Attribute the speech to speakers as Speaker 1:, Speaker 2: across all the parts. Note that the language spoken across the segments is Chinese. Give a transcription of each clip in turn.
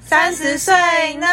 Speaker 1: 三十岁呢？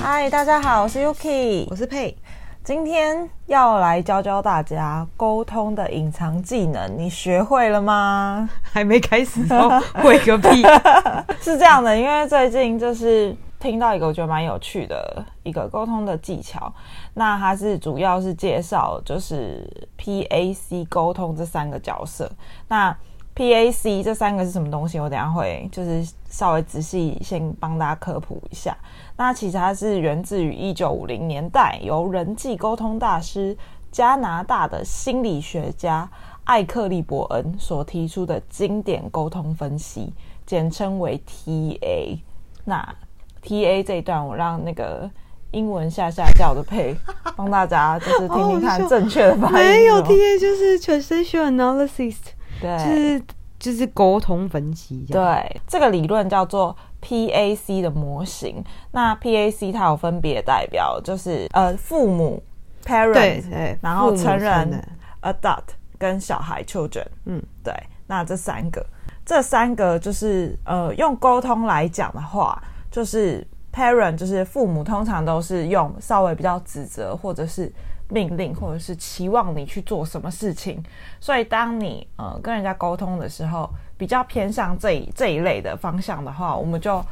Speaker 1: 嗨，大家好，我是 Yuki，
Speaker 2: 我是佩。
Speaker 1: 今天要来教教大家沟通的隐藏技能，你学会了吗？
Speaker 2: 还没开始哦，会个 屁！
Speaker 1: 是这样的，因为最近就是听到一个我觉得蛮有趣的一个沟通的技巧，那它是主要是介绍就是 PAC 沟通这三个角色。那 PAC 这三个是什么东西？我等一下会就是稍微仔细先帮大家科普一下。那其实它是源自于一九五零年代由人际沟通大师加拿大的心理学家艾克利伯恩所提出的经典沟通分析，简称为 TA。那 TA 这一段，我让那个英文下下叫的配帮大家就是听听
Speaker 2: 好好
Speaker 1: 看
Speaker 2: 笑
Speaker 1: 正确的发音哦是什么。
Speaker 2: 没有 TA 就是 translation analysis，就
Speaker 1: 对。
Speaker 2: 是就是沟通分析这样。
Speaker 1: 对，这个理论叫做 PAC 的模型。那 PAC 它有分别代表，就是呃父母 parent，
Speaker 2: 对，哎
Speaker 1: 然后
Speaker 2: 父母
Speaker 1: 成人
Speaker 2: 的
Speaker 1: adult 跟小孩 children，
Speaker 2: 嗯，
Speaker 1: 对，那这三个，这三个就是呃，用沟通来讲的话，就是 parent 就是父母通常都是用稍微比较指责或者是命令或者是期望你去做什么事情，所以当你呃跟人家沟通的时候，比较偏向这一这一类的方向的话，我们就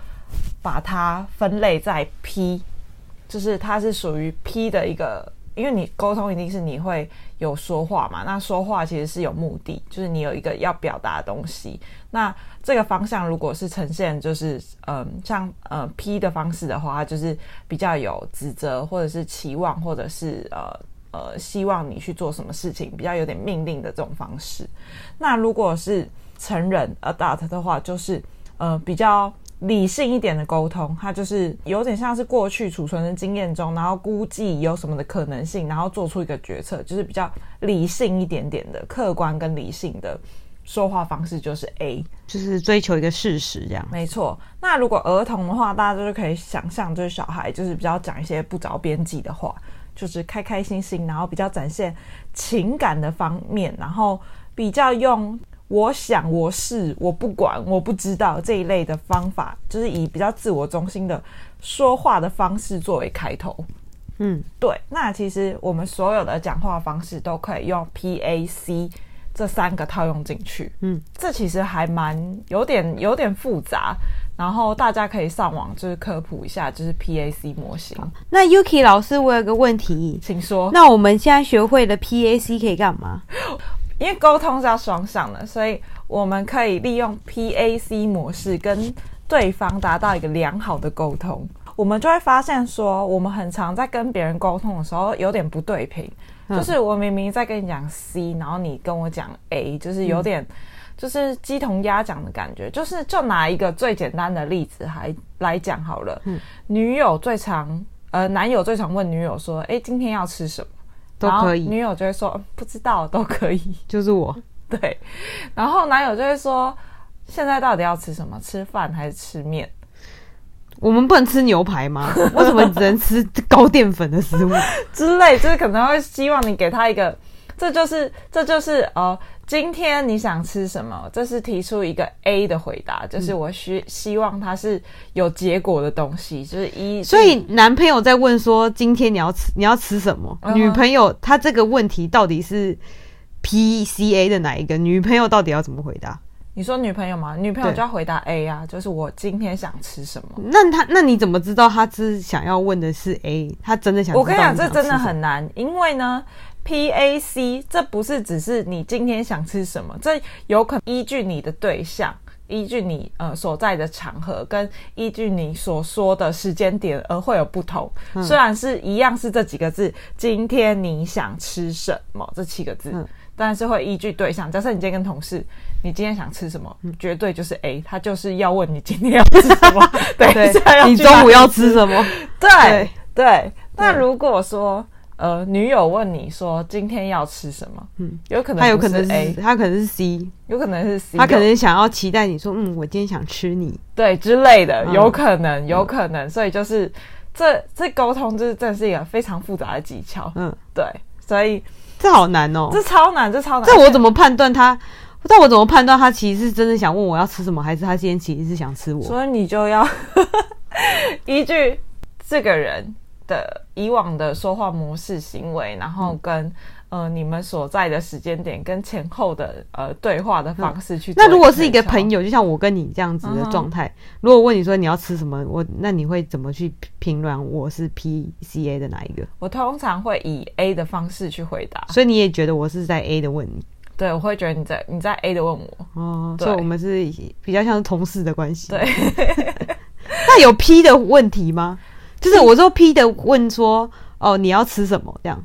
Speaker 1: 把它分类在 P 就是它是属于 P 的一个，因为你沟通一定是你会有说话嘛，那说话其实是有目的，就是你有一个要表达的东西。那这个方向如果是呈现就是嗯像呃 P 的方式的话，它就是比较有指责或者是期望或者是呃。呃，希望你去做什么事情，比较有点命令的这种方式。那如果是成人 adult 的话，就是呃比较理性一点的沟通，它就是有点像是过去储存的经验中，然后估计有什么的可能性，然后做出一个决策，就是比较理性一点点的、客观跟理性的说话方式，就是 A。
Speaker 2: 就是追求一个事实这样。
Speaker 1: 没错。那如果儿童的话，大家就是可以想象，就是小孩就是比较讲一些不着边际的话，就是开开心心，然后比较展现情感的方面，然后比较用我想、我是、我不管、我不知道这一类的方法，就是以比较自我中心的说话的方式作为开头。
Speaker 2: 嗯，
Speaker 1: 对，那其实我们所有的讲话方式都可以用 PAC 这三个套用进去。
Speaker 2: 嗯，
Speaker 1: 这其实还蛮有点有点复杂，然后大家可以上网就是科普一下，就是 PAC 模型。
Speaker 2: 那 Yuki 老师，我有个问题，
Speaker 1: 请说，
Speaker 2: 那我们现在学会了 PAC 可以干嘛？
Speaker 1: 因为沟通是要双向的，所以我们可以利用 PAC 模式跟对方达到一个良好的沟通。我们就会发现说，我们很常在跟别人沟通的时候有点不对频，
Speaker 2: 嗯
Speaker 1: 就是我明明在跟你讲 C，然后你跟我讲 A，就是有点、
Speaker 2: 嗯
Speaker 1: 就是鸡同鸭讲的感觉。就是就拿一个最简单的例子还来讲好了，
Speaker 2: 嗯
Speaker 1: 女友最常呃男友最常问女友说，哎、今天要吃什么？
Speaker 2: 都
Speaker 1: 然后
Speaker 2: 可以
Speaker 1: 女友就会说嗯不知道，都可以。
Speaker 2: 就是我，
Speaker 1: 对，然后男友就会说，现在到底要吃什么？吃饭还是吃面？
Speaker 2: 我们不能吃牛排 吗？为什么只能吃高淀粉的食物？
Speaker 1: 之类，就是可能会希望你给他一个，这就是这就是呃，今天你想吃什么？这是提出一个 A 的回答，
Speaker 2: 嗯
Speaker 1: 就是我希希望它是有结果的东西，就是一。
Speaker 2: 所以男朋友在问说今天你要吃你要吃什么
Speaker 1: 嗯哼
Speaker 2: 女朋友她这个问题到底是 P C A 的哪一个？女朋友到底要怎么回答？
Speaker 1: 你说女朋友嘛，女朋友
Speaker 2: 对
Speaker 1: 就要回答 A 啊，就是我今天想吃什么。
Speaker 2: 那他那你怎么知道他是想要问的是 A？他真的想知道
Speaker 1: 我跟你讲，这真的
Speaker 2: 你想吃什么
Speaker 1: 很难，因为呢，PAC 这不是只是你今天想吃什么，这有可能依据你的对象，依据你呃所在的场合，跟依据你所说的时间点而会有不同。
Speaker 2: 嗯
Speaker 1: 虽然是一样是这几个字，今天你想吃什么这七个字。
Speaker 2: 嗯
Speaker 1: 但是会依据对象，假设你今天跟同事，你今天想吃什么，
Speaker 2: 嗯
Speaker 1: 绝对就是 A，他就是要问你今天要吃什 么，等 一下要
Speaker 2: 对，你
Speaker 1: 去
Speaker 2: 中
Speaker 1: 哪
Speaker 2: 午
Speaker 1: 里
Speaker 2: 要吃什么？
Speaker 1: 对
Speaker 2: 对
Speaker 1: 对。那
Speaker 2: 对
Speaker 1: 如果说呃，女友问你说今天要吃什么，嗯
Speaker 2: 嗯，
Speaker 1: 有可能
Speaker 2: 他有
Speaker 1: 不
Speaker 2: 可能
Speaker 1: 是
Speaker 2: 是
Speaker 1: A，
Speaker 2: 他可能是 C，
Speaker 1: 有可能是 C，
Speaker 2: 他可
Speaker 1: 有
Speaker 2: 能想要期待你说嗯，我今天想吃你。
Speaker 1: 对之类的，
Speaker 2: 嗯
Speaker 1: 有可能，有可能。所以就是这这沟通就是真的是一个非常复杂的技巧，
Speaker 2: 嗯，
Speaker 1: 对，所以
Speaker 2: 这好难哦。
Speaker 1: 这超难，这超难。
Speaker 2: 这我怎么判断他？但我怎么判断他其实是真的想问我要吃什么，还是他今天其实是想吃我？
Speaker 1: 所以你就要 依据这个人的以往的说话模式、行为，然后跟、呃你们所在的时间点跟前后的呃对话的方式去、
Speaker 2: 那如果是一个朋，友，就像我跟你这样子
Speaker 1: 嗯
Speaker 2: 的状态，如果问你说你要吃什么，我那你会怎么去评论我是 PCA 的哪一个？
Speaker 1: 我通常会以 A 的方式去回答。
Speaker 2: 所以你也觉得我是在 A 的问你
Speaker 1: 对，我会觉得你在你在 A 的问我，
Speaker 2: 哦，
Speaker 1: 对
Speaker 2: 所以我们是比较像是同事的关系。
Speaker 1: 对，
Speaker 2: 那有 P 的问题吗？就是我说 P 的问说哦你要吃什么这样，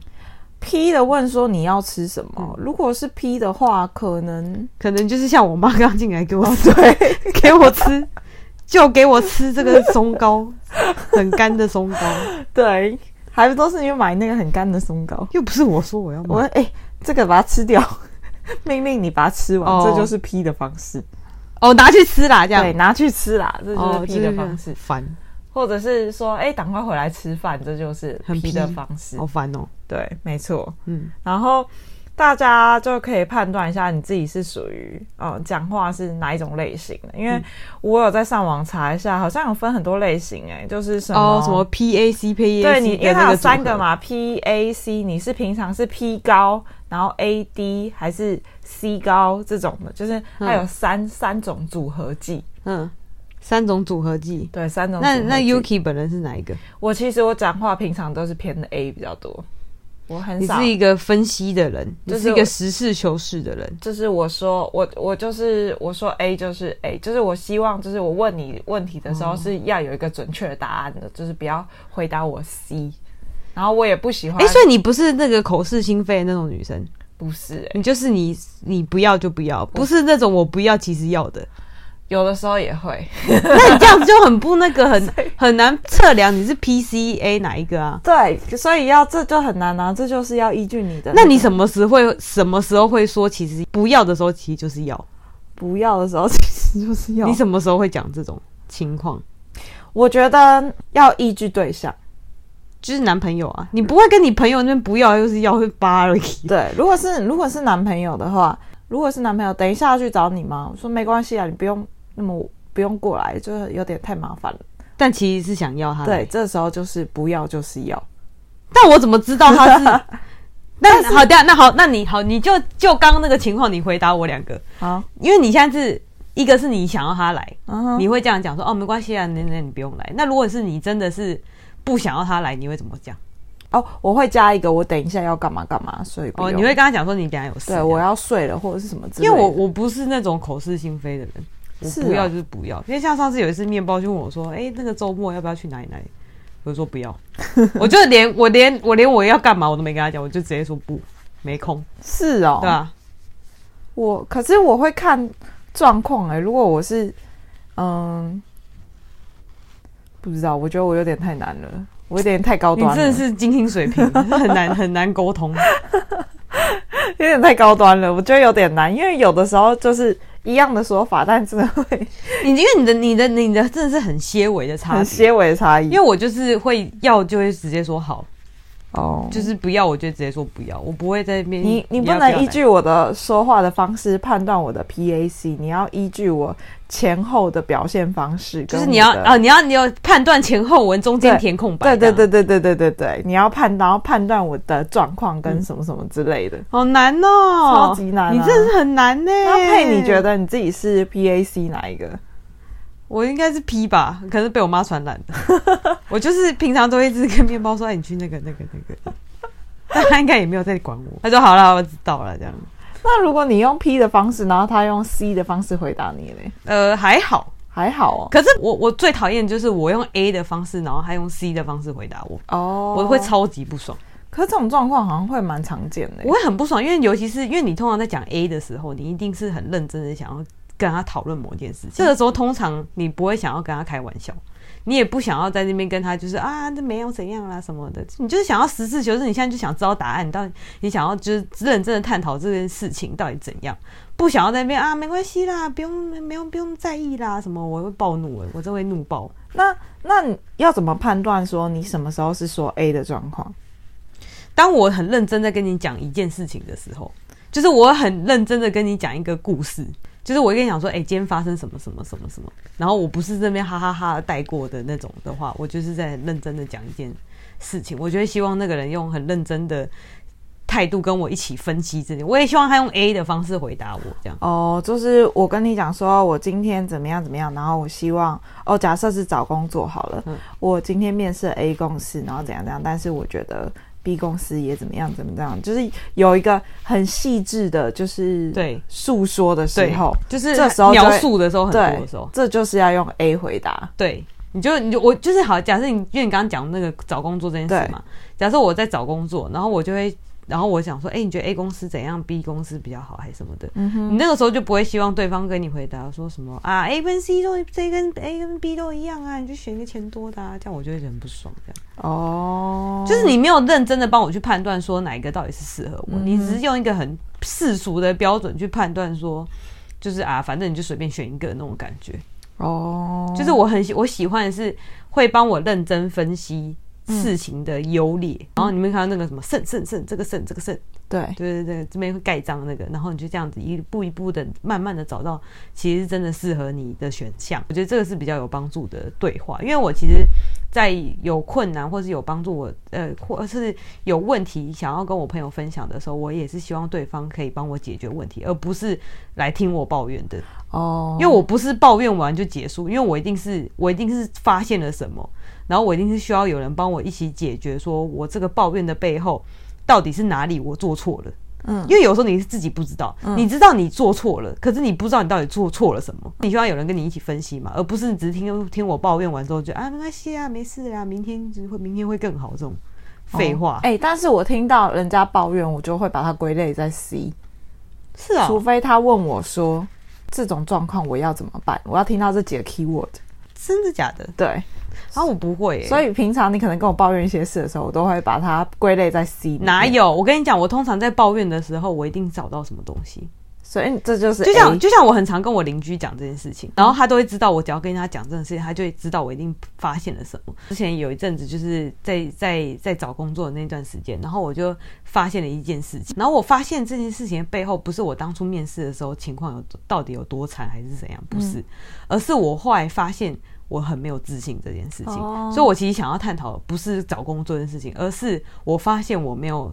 Speaker 1: P 的问说你要吃什么？
Speaker 2: 嗯
Speaker 1: 如果是 P 的话，可能
Speaker 2: 可能就是像我妈 刚进来给我吃，给我吃。就给我吃这个松糕，很干的松糕，
Speaker 1: 对，还不都是因为买那个很干的松糕。
Speaker 2: 又不是我说我要买
Speaker 1: 我，哎、这个把它吃掉， 命令你把它吃完，
Speaker 2: 哦
Speaker 1: 这就是 P 的方式。
Speaker 2: 哦，拿去吃啦，这样
Speaker 1: 对，拿去吃啦，这就是
Speaker 2: 哦，
Speaker 1: P 的方式。
Speaker 2: 烦，
Speaker 1: 或者是说，哎、赶快回来吃饭，这就是
Speaker 2: 很
Speaker 1: P
Speaker 2: P
Speaker 1: 的方式。
Speaker 2: 好烦哦。
Speaker 1: 对，没错。
Speaker 2: 嗯，
Speaker 1: 然后大家就可以判断一下你自己是属于嗯讲话是哪一种类型的，因
Speaker 2: 嗯
Speaker 1: 为我有在上网查一下，好像有分很多类型、哎，就是什么、
Speaker 2: 哦，什么 PAC、PAC，
Speaker 1: 对你，因为它有三个
Speaker 2: 嘛，
Speaker 1: 嘛，P A C，你是平常是 P 高，然后 A D 还是 C 高这种的，就是它有三、三种组合技，
Speaker 2: 嗯，三种组合技。
Speaker 1: 对，三种组合
Speaker 2: 那
Speaker 1: 技。
Speaker 2: 那 Yuki 本人是哪一个？
Speaker 1: 我其实我讲话平常都是偏的 A 比较多，我很
Speaker 2: 你
Speaker 1: 少
Speaker 2: 是，一个分析的人，
Speaker 1: 就
Speaker 2: 你
Speaker 1: 是
Speaker 2: 是一个实事求是的人。
Speaker 1: 就是我说我我就是我说 A 就是 A，就是我希望就是我问你问题的时
Speaker 2: 嗯
Speaker 1: 候是要有一个准确的答案的，就是不要回答我 C，然后我也不喜欢，
Speaker 2: 哎，所以你不是那个口是心非的那种女生，
Speaker 1: 不是、哎
Speaker 2: 你就是你，你不要就不要，不是那种我不要其实要的。
Speaker 1: 有的时候也会。
Speaker 2: 那你这样子就很不那 个，很很难测量你是 PCA 哪一个啊？
Speaker 1: 对，所以要这就很难啊，这就是要依据你的
Speaker 2: 那你
Speaker 1: 什
Speaker 2: 什么时候会什么时候会说其实不要的时候其实就是要？
Speaker 1: 不要的时候，其实就是要
Speaker 2: 你什么时候会讲这种情况？
Speaker 1: 我觉得要依据对象。
Speaker 2: 就是男朋友啊，你不会跟你朋友那边不要又是要会扒而已。
Speaker 1: 对，如果是如果是男朋友的话，如果是男朋友，等一下要去找你吗？我说没关系啊，你不用那么不用过来，就是有点太麻烦了。
Speaker 2: 但其实是想要他。
Speaker 1: 对，，这时候就是不要就是要，
Speaker 2: 但我怎么知道他 是？那好，的，那好，那你好，你就就刚刚那个情况，你回答我两个，
Speaker 1: 好，
Speaker 2: 因为你现在是一个是你想要他来，
Speaker 1: 嗯哼，
Speaker 2: 你会这样讲说哦，没关系啊，那那你不用来。那如果是你真的是不想要他来，你会怎么讲？
Speaker 1: 哦，我会加一个，我等一下要干嘛干嘛，所以不
Speaker 2: 哦，
Speaker 1: 用
Speaker 2: 你会跟他讲说你等一下有事。啊
Speaker 1: 对我，要睡了或者是什么之类
Speaker 2: 因
Speaker 1: 的，
Speaker 2: 为我我不是那种口是心非的人，我
Speaker 1: 是
Speaker 2: 不要
Speaker 1: 啊
Speaker 2: 就是不要。因为像上次有一次，面包就问我说：“哎、那个周末要不要去哪里哪里？”我就说不 要，我就连我连我连我要干嘛我都没跟他讲，我就直接说不，没空，
Speaker 1: 是哦，
Speaker 2: 对啊，
Speaker 1: 我可是我会看状况哎，如果我是嗯，不知道，我觉得我有点太难了，我有点太高
Speaker 2: 你
Speaker 1: 端了，
Speaker 2: 真的是精心水平，很难很难沟 通。
Speaker 1: 有点太高端了，我觉得有点难，因为有的时候就是一样的说法，但真的会
Speaker 2: 你因为你的你的你的真的是很些微的差
Speaker 1: 很
Speaker 2: 别，
Speaker 1: 些微的差异
Speaker 2: 因为我就是会要就会直接说好，
Speaker 1: 哦，
Speaker 2: 就是是不要我就直接说不要，我不会在那边
Speaker 1: 你你不
Speaker 2: 要要
Speaker 1: 能
Speaker 2: 来
Speaker 1: 依据我的说话的方式判断我的 PAC，你要依据我前后的表现方式，
Speaker 2: 就
Speaker 1: 跟
Speaker 2: 是
Speaker 1: 我
Speaker 2: 你要
Speaker 1: 的
Speaker 2: 啊你要你要判断前后文中间
Speaker 1: 对
Speaker 2: 填空白，
Speaker 1: 对对
Speaker 2: 这样
Speaker 1: 对对对对对对，你要判，然后判断我的状况
Speaker 2: 嗯
Speaker 1: 跟什么什么之类的。
Speaker 2: 好难哦，
Speaker 1: 超级难啊
Speaker 2: 你真的是很难呢、
Speaker 1: 那佩，
Speaker 2: 哎
Speaker 1: 你觉得你自己是 PAC 哪一个？
Speaker 2: 我应该是 P 吧？可能是被我妈传染的。 我就是平常都会一直跟面包说：“哎，你去那个、那个、那个。” 但他应该也没有在管我，他说：“好了，我知道了。”这样，
Speaker 1: 那如果你用 P 的方式，然后他用 C 的方式回答你嘞，
Speaker 2: 呃，还好。
Speaker 1: 还好哦。
Speaker 2: 可是我我最讨厌就是我用 A 的方式，然后他用 C 的方式回答我，
Speaker 1: 哦
Speaker 2: 我会。超级不爽，
Speaker 1: 可是这种状况好像会蛮常见的欸
Speaker 2: 我。会很不爽，因为尤其是因为你通常在讲 A 的时候，你一定是很认真的想要跟他讨论某件事情，这个时候通常你不会想要跟他开玩笑。你也不想要在那边跟他就是啊，这没有怎样啦什么的，你就是想要实事求是，你现在就想知道答案，你到底你想要就是认真的探讨这件事情到底怎样，不想要在那边啊，没关系啦，不用没有不用在意啦，什么我会暴怒，我我真会怒爆，
Speaker 1: 那那你要怎么判断说你什么时候是说 A 的状况？
Speaker 2: 当我很认真在跟你讲一件事情的时候，就是我很认真的跟你讲一个故事，就是我跟你讲说，哎、今天发生什么什么什么什么，然后我不是这边哈哈哈地带过的那种的话，我就是在很认真的讲一件事情。我就会希望那个人用很认真的态度跟我一起分析这件，我也希望他用 A 的方式回答我，这样。
Speaker 1: 哦，就是我跟你讲说，我今天怎么样怎么样，然后我希望哦，假设是找工作好了，
Speaker 2: 嗯
Speaker 1: 我今天面试了 A 公司，然后怎样怎样，但是我觉得 B 公司也怎么样怎么样，就是有一个很细致的，就是
Speaker 2: 对
Speaker 1: 诉说的时
Speaker 2: 对
Speaker 1: 候，
Speaker 2: 就是
Speaker 1: 这时候就会
Speaker 2: 描述的时候很多
Speaker 1: 对
Speaker 2: 的时候，，
Speaker 1: 这就是要用 A 回答，
Speaker 2: 对，你就你就我就是好，假设你因为你刚刚讲那个找工作这件事嘛，假设我在找工作，然后我就会，然后我想说，哎、你觉得 A 公司怎样，B 公司比较好，还是什么的？
Speaker 1: 嗯哼，
Speaker 2: 你那个时候就不会希望对方跟你回答说什么啊，A 跟 C 都 C 跟 A 跟 B 都一样啊，你就选一个钱多的啊，这样我就会很不爽。这样、
Speaker 1: 哦，
Speaker 2: 就是你没有认真的帮我去判断说哪一个到底是适合我，你只是用一个很世俗的标准去判断说，就是啊，反正你就随便选一个那种感觉。
Speaker 1: 哦，
Speaker 2: 就是我很喜我喜欢的是会帮我认真分析事情的优劣，然后你们看到那个什么胜胜胜，这个胜这个胜，
Speaker 1: 对，
Speaker 2: 对对对，这边会盖章那个，然后你就这样子一步一步的慢慢的找到其实真的适合你的选项，我觉得这个是比较有帮助的对话，因为我其实。在有困难或是有帮助我，呃，或是有问题想要跟我朋友分享的时候，我也是希望对方可以帮我解决问题，而不是来听我抱怨的。
Speaker 1: 哦，
Speaker 2: 因为我不是抱怨完就结束，因为我一定是我一定是发现了什么，然后我一定是需要有人帮我一起解决，说我这个抱怨的背后到底是哪里我做错了。
Speaker 1: 嗯
Speaker 2: 因为有时候你是自己不知道，你知道你做错了，可是你不知道你到底做错了什么。你需要有人跟你一起分析嘛，而不是只是听听我抱怨完之后就啊没关系啊，没事啦，明天就会明天会更好这种废话。
Speaker 1: 哎、但是我听到人家抱怨，我就会把它归类在 C，、
Speaker 2: 是啊、
Speaker 1: 除非他问我说这种状况我要怎么办，我要听到这几个 keyword。
Speaker 2: 真的假的？
Speaker 1: 对，
Speaker 2: 啊，我不会、欸，
Speaker 1: 所以平常你可能跟我抱怨一些事的时候，我都会把它归类在 C 里面
Speaker 2: 哪？有？我跟你讲，我通常在抱怨的时候，我一定找到什么东西。
Speaker 1: 所以这就是
Speaker 2: 就
Speaker 1: A
Speaker 2: 像就像我很常跟我邻居讲这件事情，然后他都会知道我只要跟他讲这件事情，他就会知道我一定发现了什么。之前有一阵子就是在在在找工作的那段时间，然后我就发现了一件事情，然后我发现这件事情的背后不是我当初面试的时候情况有到底有多惨还是怎样，不
Speaker 1: 嗯
Speaker 2: 是，而是我后来发现。我很没有自信这件事情，
Speaker 1: 哦
Speaker 2: 所以我其实想要探讨的不是找工作这件事情，而是我发现我没有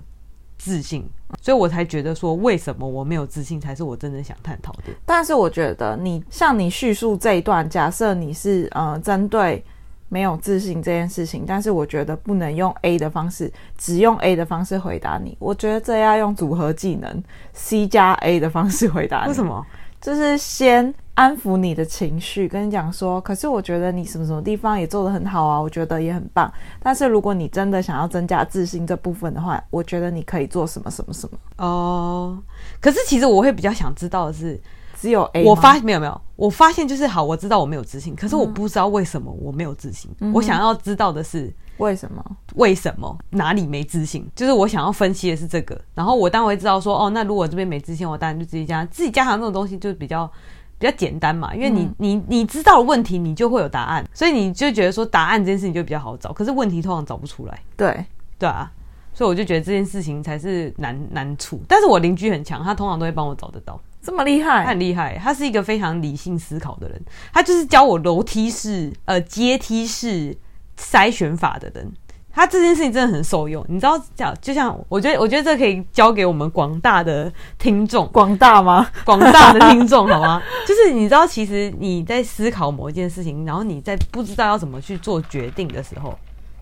Speaker 2: 自信，所以我才觉得说，为什么我没有自信才是我真正想探讨的。
Speaker 1: 但是我觉得你像你叙述这一段，假设你是呃针对没有自信这件事情，但是我觉得不能用 A 的方式，只用 A 的方式回答你。我觉得这要用组合技能 C 加 A 的方式回答你。
Speaker 2: 为什？么？
Speaker 1: 就是先安抚你的情绪，跟你讲说，可是我觉得你什么什么地方也做得很好啊，我觉得也很棒。但是如果你真的想要增加自信这部分的话，我觉得你可以做什么什么什么。
Speaker 2: 哦、可是其实我会比较想知道的是，
Speaker 1: 只有 A，
Speaker 2: 我
Speaker 1: 吗
Speaker 2: 发没有没有，我发现就是好，我知道我没有自信，可是我不知道为什么我没有自信。我想要知道的是
Speaker 1: 为什么？
Speaker 2: 为什么哪里没自信，就是我想要分析的是这个。然后我当然会知道说，哦，那如果这边没自信，我当然就自己加自己加强这种东西，就是比较。比较简单嘛，因为你、你你知道问题，你就会有答案，所以你就觉得说答案这件事情就比较好找。可是问题通常找不出来。
Speaker 1: 对，
Speaker 2: 对啊，所以我就觉得这件事情才是难难处。但是我邻居很强，他通常都会帮我找得到，
Speaker 1: 这么厉
Speaker 2: 他
Speaker 1: 害，
Speaker 2: 很厉害，他是一个非常理性思考的人，他就是教我楼梯式、呃阶梯式筛选法的人。他这件事情真的很受用，你知道，讲就像我觉得，我觉得这可以教给我们广大的听 众，
Speaker 1: 广大吗？
Speaker 2: 广大的听众，好吗？就是你知道，其实你在思考某一件事情，然后你在不知道要怎么去做决定的时候，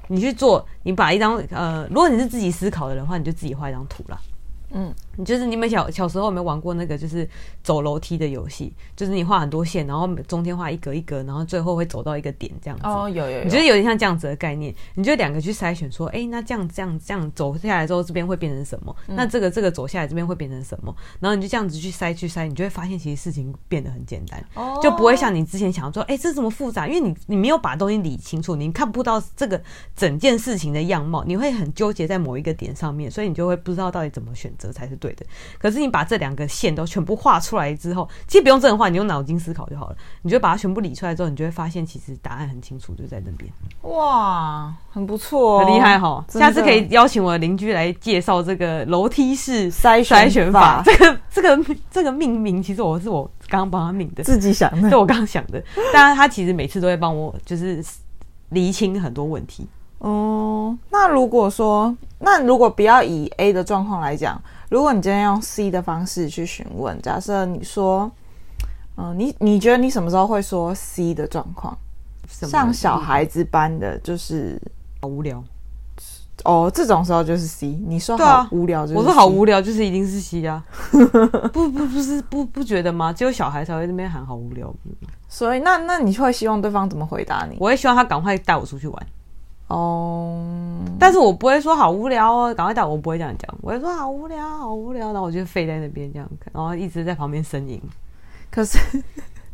Speaker 2: 你去做，你把一张呃，如果你是自己思考的人的话，你就自己画一张图啦。
Speaker 1: 嗯，
Speaker 2: 你就是你们小小时候有没有玩过那个就是走楼梯的游戏？就是你画很多线，然后中间画一格一格，然后最后会走到一个点这样子。，
Speaker 1: 有哦有
Speaker 2: 你哦觉得有点像这样子的概念，你就两个去筛选说，哎、那这样这样这样走下来之后，这边会变成什么？那这个这个走下来这边会变成什么？然后你就这样子去筛去筛，你就会发现其实事情变得很简单，
Speaker 1: 哦
Speaker 2: 就不会像你之前想说，哎、这怎么复杂？因为你你没有把东西理清楚，你看不到这个整件事情的样貌，你会很纠结在某一个点上面，所以你就会不知道到底怎么选择才是对的。可是你把这两个线都全部画出来之后，其实不用真的画，你用脑筋思考就好了。你就把它全部理出来之后，你就会发现其实答案很清楚，就在那边，
Speaker 1: 哇，很不错、哦，
Speaker 2: 很厉害哈。
Speaker 1: 真的
Speaker 2: 下次可以邀请我的邻居来介绍这个楼梯式
Speaker 1: 筛选
Speaker 2: 筛选
Speaker 1: 法
Speaker 2: 法。这个这个这个命名，其实我是我刚刚帮他命的。
Speaker 1: 自己想
Speaker 2: 是
Speaker 1: 的。
Speaker 2: 我刚刚想的。当然，他其实每次都会帮我，就是厘清很多问题。
Speaker 1: 哦，那如果说，那如果不要以 A 的状况来讲，如果你今天用 C 的方式去询问，假设你说，嗯、你你觉得你什么时候会说 C 的状况？
Speaker 2: 什么
Speaker 1: 像小孩子般的，就是
Speaker 2: 好无聊，
Speaker 1: 哦，这种时候就是 C。你说
Speaker 2: 对啊
Speaker 1: 好无聊就是、
Speaker 2: 我说好无聊，就是一定是西啊， 不不不是不不觉得吗？只有小孩才会在那边喊好无聊。
Speaker 1: 所以那那你会希望对方怎么回答你？
Speaker 2: 我也希望他赶快带我出去玩，
Speaker 1: 哦，
Speaker 2: 但是我不会说好无聊哦，赶快带我，我不会这样讲，我会说好无聊，好无聊，然后我就废在那边这样，然后一直在旁边呻吟。
Speaker 1: 可是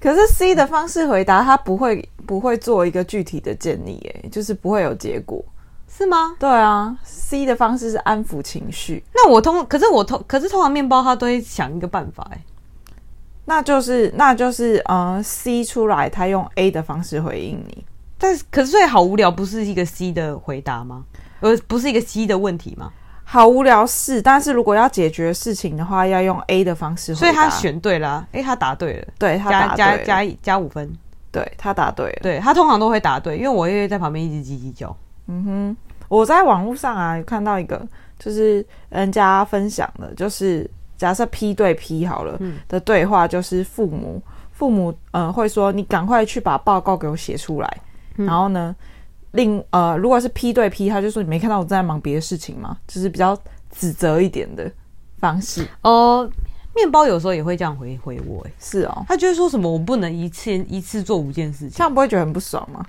Speaker 1: 可是 C 的方式回答，他不会不会做一个具体的建议，哎，就是不会有结果。
Speaker 2: 是吗？
Speaker 1: 对啊，C 的方式是安抚情绪，
Speaker 2: 那我通，可是我通，可是通常面包他都会想一个办法、哎，
Speaker 1: 那就是那就是呃 C 出来，他用 A 的方式回应你。
Speaker 2: 但是可是所以好无聊，不是一个 C 的回答吗？呃，不是一个 C 的问题吗？
Speaker 1: 好无聊是，但是如果要解决事情的话，要用 A 的方式回
Speaker 2: 所以他
Speaker 1: 答。
Speaker 2: 选对啦、诶，他答对了，
Speaker 1: 对他
Speaker 2: 加
Speaker 1: 答
Speaker 2: 加
Speaker 1: 对了，
Speaker 2: 加一加五分，
Speaker 1: 对他答对了。
Speaker 2: 对他通常都会答对，因为我也会在旁边一直叽叽叫。
Speaker 1: 我在网络上啊有看到一个，就是人家分享的，就是假设 P 对 P 好了、
Speaker 2: 嗯
Speaker 1: 的对话，就是父母父母呃会说你赶快去把报告给我写出来，
Speaker 2: 嗯
Speaker 1: 然后呢，另呃如果是 P 对 P，他就说你没看到我正在忙别的事情吗？就是比较指责一点的方式，
Speaker 2: 哦、面包有时候也会这样回回我、诶，
Speaker 1: 是哦，
Speaker 2: 他就会说什么我不能一次一次做五件事
Speaker 1: 这
Speaker 2: 情，
Speaker 1: 样不会觉得很不爽吗？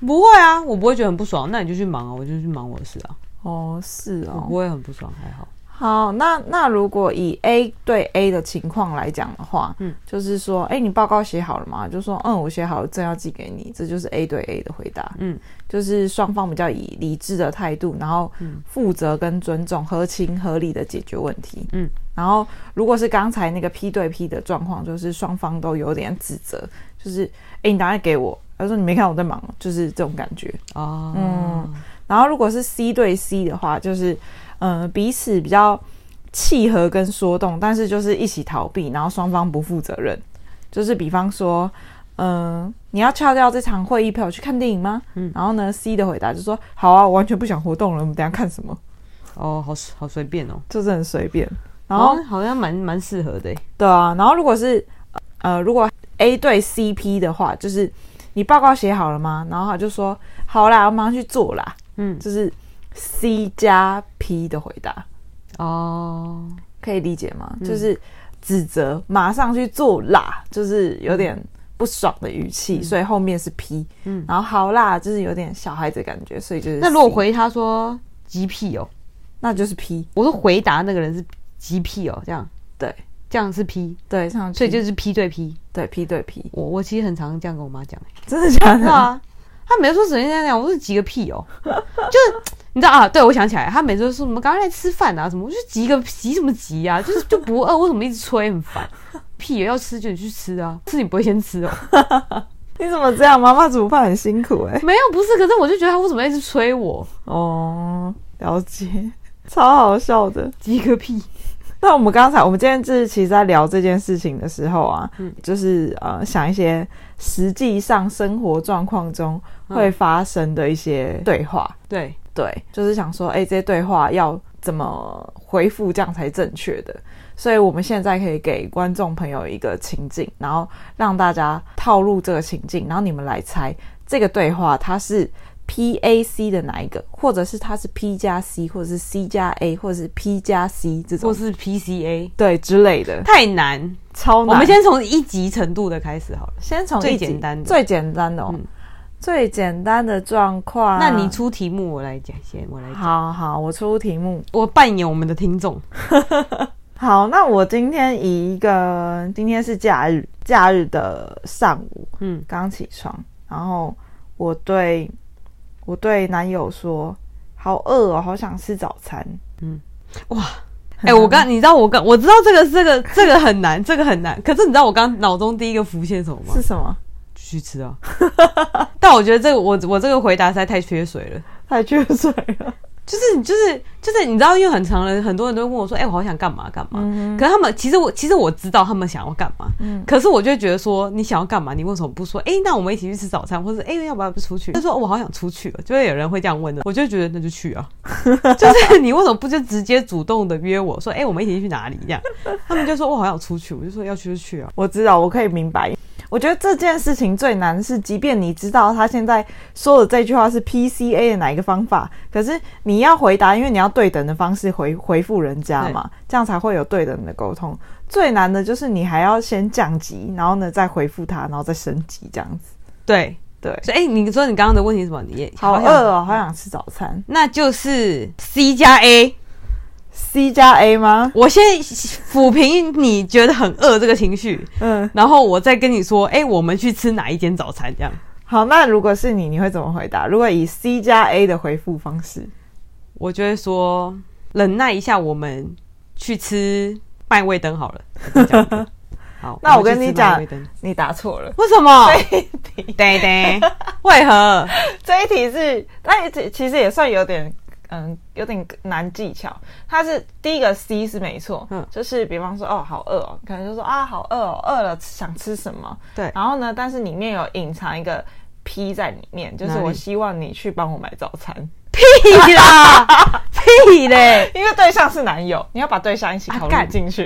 Speaker 2: 不会啊，我不会觉得很不爽，那你就去忙啊，我就去忙我的事啊，
Speaker 1: 哦，是
Speaker 2: 我
Speaker 1: 哦
Speaker 2: 不，会很不爽，还好。
Speaker 1: 好，那那如果以 A 对 A 的情况来讲的话，嗯
Speaker 2: 嗯，
Speaker 1: 就是说，哎、你报告写好了吗？就说，嗯，我写好了，正要寄给你，这就是 A 对 A 的回答，嗯
Speaker 2: 嗯，
Speaker 1: 就是双方比较以理智的态度，然后
Speaker 2: 嗯
Speaker 1: 负责跟尊重，合情合理的解决问题，嗯
Speaker 2: 嗯，
Speaker 1: 然后如果是刚才那个 P 对 P 的状况，就是双方都有点指责，就是，哎、你答案给我，他说你没看我在忙吗，就是这种感觉，
Speaker 2: 哦，
Speaker 1: 嗯然后如果是 C 对 C 的话，就是嗯、呃彼此比较契合跟说动，但是就是一起逃避，然后双方不负责任。就是比方说，嗯、你要翘掉这场会议陪我去看电影吗？
Speaker 2: 嗯
Speaker 1: 然后呢，C 的回答就说好啊，我完全不想活动了，我们等一下看什么，
Speaker 2: 哦，好好随便哦，
Speaker 1: 就是很随便。然
Speaker 2: 然
Speaker 1: 后、
Speaker 2: 后好像蛮蛮适合的、诶
Speaker 1: 对啊，然后如果是呃，如果 A 对 CP 的话，就是你报告写好了吗？然后他就说好啦，我马上去做啦，
Speaker 2: 嗯，
Speaker 1: 就是 C 加 P 的回答。
Speaker 2: 哦，
Speaker 1: 可以理解吗？
Speaker 2: 嗯
Speaker 1: 就是指责，马上去做啦，就是有点不爽的语气，所以后面是 P，
Speaker 2: 嗯
Speaker 1: 然后好啦，就是有点小孩子的感觉，所以就是
Speaker 2: 那如果
Speaker 1: C，
Speaker 2: 回他说鸡屁哦，
Speaker 1: 那就是 P，
Speaker 2: 我说回答那个人是鸡屁哦，这样
Speaker 1: 对
Speaker 2: 这样是 P，
Speaker 1: 对，上去
Speaker 2: 所以就是 P 对 P。
Speaker 1: 对 P 对 P，
Speaker 2: 我我其实很常这样跟我妈讲、欸，
Speaker 1: 真的假
Speaker 2: 对
Speaker 1: 的？
Speaker 2: 啊， 她每次说怎样怎样怎样，我说几个屁哦，就是你知道啊，对我想起来，她每次都说什么赶快来吃饭啊什么，我就急个急什么急啊，就是就不饿，为什么一直催很烦？屁、哦要吃就你去吃啊，吃你不会先吃哦？
Speaker 1: 你怎么这样？妈妈煮饭很辛苦哎、
Speaker 2: 没有不是，可是我就觉得她为什么一直催我？
Speaker 1: 哦，了解，超好笑的。
Speaker 2: 急个屁！
Speaker 1: 那我们刚才，我们今天就是其实在聊这件事情的时候啊，
Speaker 2: 嗯
Speaker 1: 就是呃想一些实际上生活状况中
Speaker 2: 嗯
Speaker 1: 会发生的一些对话，
Speaker 2: 对，
Speaker 1: 对，就是想说，哎、这些对话要怎么回复，这样才正确的。所以我们现在可以给观众朋友一个情境，然后让大家套入这个情境，然后你们来猜这个对话它是 P A C 的哪一个，或者是它是 P 加 C，或者是 C 加 A，或者是 P 加 C 这种
Speaker 2: 或是 PCA
Speaker 1: 对之类的，
Speaker 2: 太难，
Speaker 1: 超难。
Speaker 2: 我们先从一级程度的开始好了。
Speaker 1: 先从
Speaker 2: 最
Speaker 1: 一集
Speaker 2: 简单的
Speaker 1: 最简单的、哦
Speaker 2: 嗯
Speaker 1: 最简单的状况。
Speaker 2: 那你出题目，我来讲先，我来讲，
Speaker 1: 好好，我出题目。
Speaker 2: 我扮演我们的听众。
Speaker 1: 好，那我今天以一个今天是假日，假日的上午
Speaker 2: 嗯，
Speaker 1: 刚起床，然后我对我对男友说：“好饿哦，好想吃早餐。”嗯
Speaker 2: 嗯，哇，哎、我刚你知道我刚我知道这个这个这个很难，这个很难。可是你知道我刚脑中第一个浮现什么吗
Speaker 1: 是？什么？
Speaker 2: 继续吃啊！但我觉得这个我我这个回答实在太缺水了。
Speaker 1: 太缺水了。
Speaker 2: 就是就是就是，你知道，因为很长人，很多人都会问我说：“哎、我好想干嘛干嘛。嗯可是他们其实我其实我知道他们想要干嘛，
Speaker 1: 嗯
Speaker 2: 可是我就会觉得说，你想要干嘛？你为什么不说？哎、那我们一起去吃早餐，或者哎、要不要不出去？他说、哦我好想出去了，就会有人会这样 问的。我就觉得那就去啊，就是你为什么不就直接主动的约我说，哎、我们一起去哪里？这样，他们就说哦我好想出去，我就说要去就去啊。
Speaker 1: 我知道，我可以明白。我觉得这件事情最难是，即便你知道他现在说的这句话是 PCA 的哪一个方法，可是你要回答，因为你要对等的方式回回复人家嘛，这样才会有对等的沟通。最难的就是你还要先降级，然后呢再回复他，然后再升级，这样子。
Speaker 2: 对，
Speaker 1: 对，
Speaker 2: 所以哎、你说你刚刚的问题是什么？你也
Speaker 1: 好
Speaker 2: 想
Speaker 1: 饿哦，好想吃早餐。
Speaker 2: 那就是 C 加 A。
Speaker 1: C 加 A 吗？
Speaker 2: 我先抚平你觉得很饿这个情绪，
Speaker 1: 嗯，
Speaker 2: 然后我再跟你说，哎、我们去吃哪一间早餐？这样，
Speaker 1: 好，那如果是你，你会怎么回答？如果以 C 加 A 的回复方式，
Speaker 2: 我就会说忍耐一下，我们去吃麦味登好了。我就这样子好，
Speaker 1: 那我
Speaker 2: 们去
Speaker 1: 跟你
Speaker 2: 吃
Speaker 1: 讲
Speaker 2: 麦味登
Speaker 1: 你答错了。
Speaker 2: 为什么？对对，为 何？
Speaker 1: 这一题是，那其其实也算有点，嗯，有点难技巧。它是第一个 C 是没错，
Speaker 2: 嗯
Speaker 1: 就是比方说哦，好饿哦，可能就说啊，好饿哦，饿了想吃什么？
Speaker 2: 对
Speaker 1: 然后呢，但是里面有隐藏一个 P 在里面，就是
Speaker 2: 哪里
Speaker 1: 我希望你去帮我买早餐，
Speaker 2: 屁啦，屁嘞！
Speaker 1: 因为对象是男友，你要把对象一起
Speaker 2: 啊
Speaker 1: 考虑
Speaker 2: 干
Speaker 1: 进去，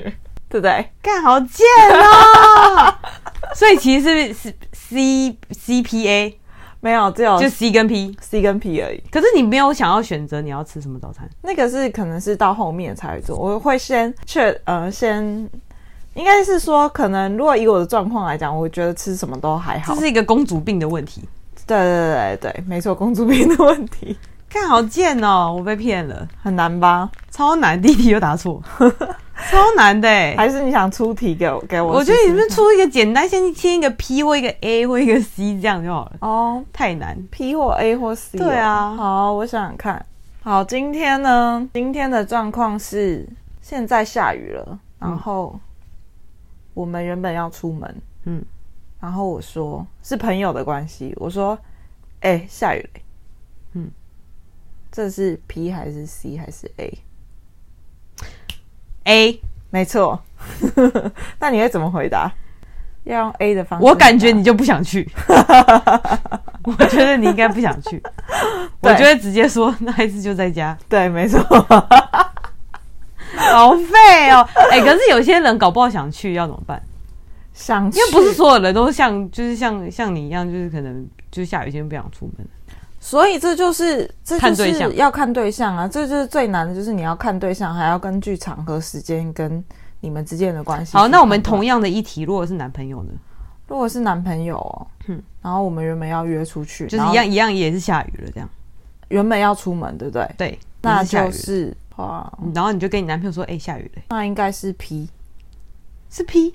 Speaker 1: 对不对？
Speaker 2: 干好贱哦！ 所以其实是 C C P A，
Speaker 1: 没有，只有
Speaker 2: 就 C 跟 P。
Speaker 1: C 跟 P 而已。
Speaker 2: 可是你没有想要选择你要吃什么早餐。
Speaker 1: 那个是可能是到后面才会做，我会先确呃先，应该是说可能如果以我的状况来讲，我觉得吃什么都还好
Speaker 2: 这。是一个公主病的问题。
Speaker 1: 对对对对对，没错，公主病的问题
Speaker 2: 看好贱哦，我被骗了，
Speaker 1: 很难吧？
Speaker 2: 超难，第一题又答错，超难的欸、
Speaker 1: 还是你想出题给我给我
Speaker 2: 我
Speaker 1: 试
Speaker 2: 觉
Speaker 1: 试
Speaker 2: 得
Speaker 1: 看？
Speaker 2: 你们出一个简单，先先一个 P 或一个 A 或一个 C 这样就好了，
Speaker 1: 哦
Speaker 2: 太难。
Speaker 1: ，P 或 A 或 C？哦
Speaker 2: 对啊
Speaker 1: 好，我想想看。好，今天呢，今天的状况是现在下雨了，然后我们原本要出门，
Speaker 2: 嗯，
Speaker 1: 然后我说是朋友的关系，我说，哎、下雨了，
Speaker 2: 嗯，
Speaker 1: 这是 P 还是 C 还是 A？
Speaker 2: A，
Speaker 1: 没错， 那你会怎么回答？要用 A 的方式回答，
Speaker 2: 我感觉你就不想去， 我觉得你应该不想去，我
Speaker 1: 对
Speaker 2: 就会直接说那还是就在家，
Speaker 1: 对，没 错，
Speaker 2: 好废哦。 哎、可是有些人搞不好想去，要怎么办？
Speaker 1: 想
Speaker 2: 因为
Speaker 1: 去
Speaker 2: 不是所有人都像就是像像你一样，就是可能就是下雨天不想出门。
Speaker 1: 所以这就是这
Speaker 2: 看
Speaker 1: 就
Speaker 2: 对象
Speaker 1: 是要看对象啊，这就是最难的，就是你要看对象，还要根据场合、时间跟你们之间的关系去判断。
Speaker 2: 好，那我们同样的一题，如果是男朋友呢，
Speaker 1: 如果是男朋友、哦，
Speaker 2: 嗯
Speaker 1: 然后我们原本要约出去，
Speaker 2: 就是一样，一样也是下雨了，这样
Speaker 1: 原本要出门，对不对？
Speaker 2: 对，
Speaker 1: 那
Speaker 2: 也是下雨
Speaker 1: 就
Speaker 2: 了
Speaker 1: 是哇，
Speaker 2: 然后你就跟你男朋友说，哎、下雨了，
Speaker 1: 那应该是 P，
Speaker 2: 是 P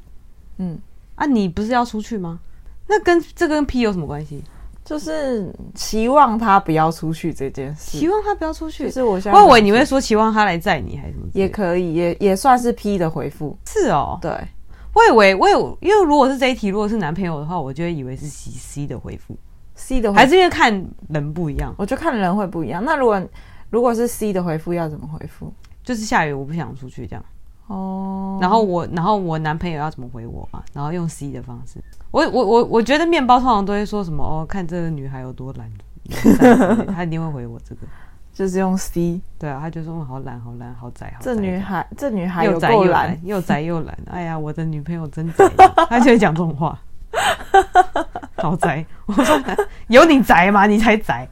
Speaker 1: 嗯，
Speaker 2: 啊，你不是要出去吗？那跟这跟 P 有什么关系？
Speaker 1: 就是期望他不要出去这件
Speaker 2: 期
Speaker 1: 事。
Speaker 2: 望他不要出去
Speaker 1: 就，是我现在
Speaker 2: 我以为你会说期望他来载你还是什么之类
Speaker 1: 也
Speaker 2: 的？
Speaker 1: 可以，也也算是 P 的回复，
Speaker 2: 是哦，
Speaker 1: 对，
Speaker 2: 我以为我有，因为如果是这一题，如果是男朋友的话，我就会以为是 C C 的回复，
Speaker 1: C 的回
Speaker 2: 还
Speaker 1: 复，
Speaker 2: 是因为看人不一样，
Speaker 1: 我就看人会不一样。那如果如果是 C 的回复，要怎么回复？
Speaker 2: 就是下雨我不想出去这样。
Speaker 1: 哦，
Speaker 2: 然后我，然后我男朋友要怎么回我嘛？然后用 C 的方式。我我我我觉得面包通常都会说什么哦，看这个女孩有多 懒，他一定会回我这个。
Speaker 1: 就是用 C。
Speaker 2: 对啊，他就说嗯好懒，好懒，好宅，好宅。
Speaker 1: 这女孩，这女孩
Speaker 2: 又
Speaker 1: 有
Speaker 2: 宅
Speaker 1: 够
Speaker 2: 又
Speaker 1: 懒
Speaker 2: 懒，，又宅又懒。哎呀，我的女朋友 真宅，他就会讲这种话，好宅。我说有你宅吗？你才宅，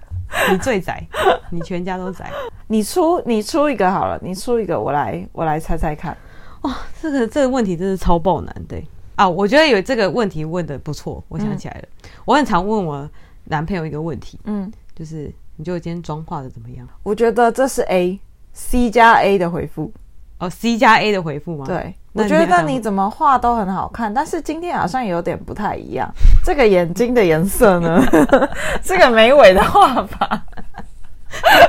Speaker 2: 你最宅，你全家都宅。
Speaker 1: 你出你出一个好了，你出一个，我来我来猜猜看。
Speaker 2: 这个这个问题真是超爆难对啊！我觉得有这个问题问的不错，我想起来了，我很常问我男朋友一个问题，
Speaker 1: 嗯，
Speaker 2: 就是你觉得我今天妆化的怎么样？
Speaker 1: 我觉得这是 A C 加 A 的回复。
Speaker 2: 哦，C 加 A 的回复吗？
Speaker 1: 对，我
Speaker 2: 那你
Speaker 1: 觉
Speaker 2: 要
Speaker 1: 得
Speaker 2: 讲
Speaker 1: 你怎么画都很好看，但是今天好像有点不太一样。 这个眼睛的颜色呢？这个眉尾的画法，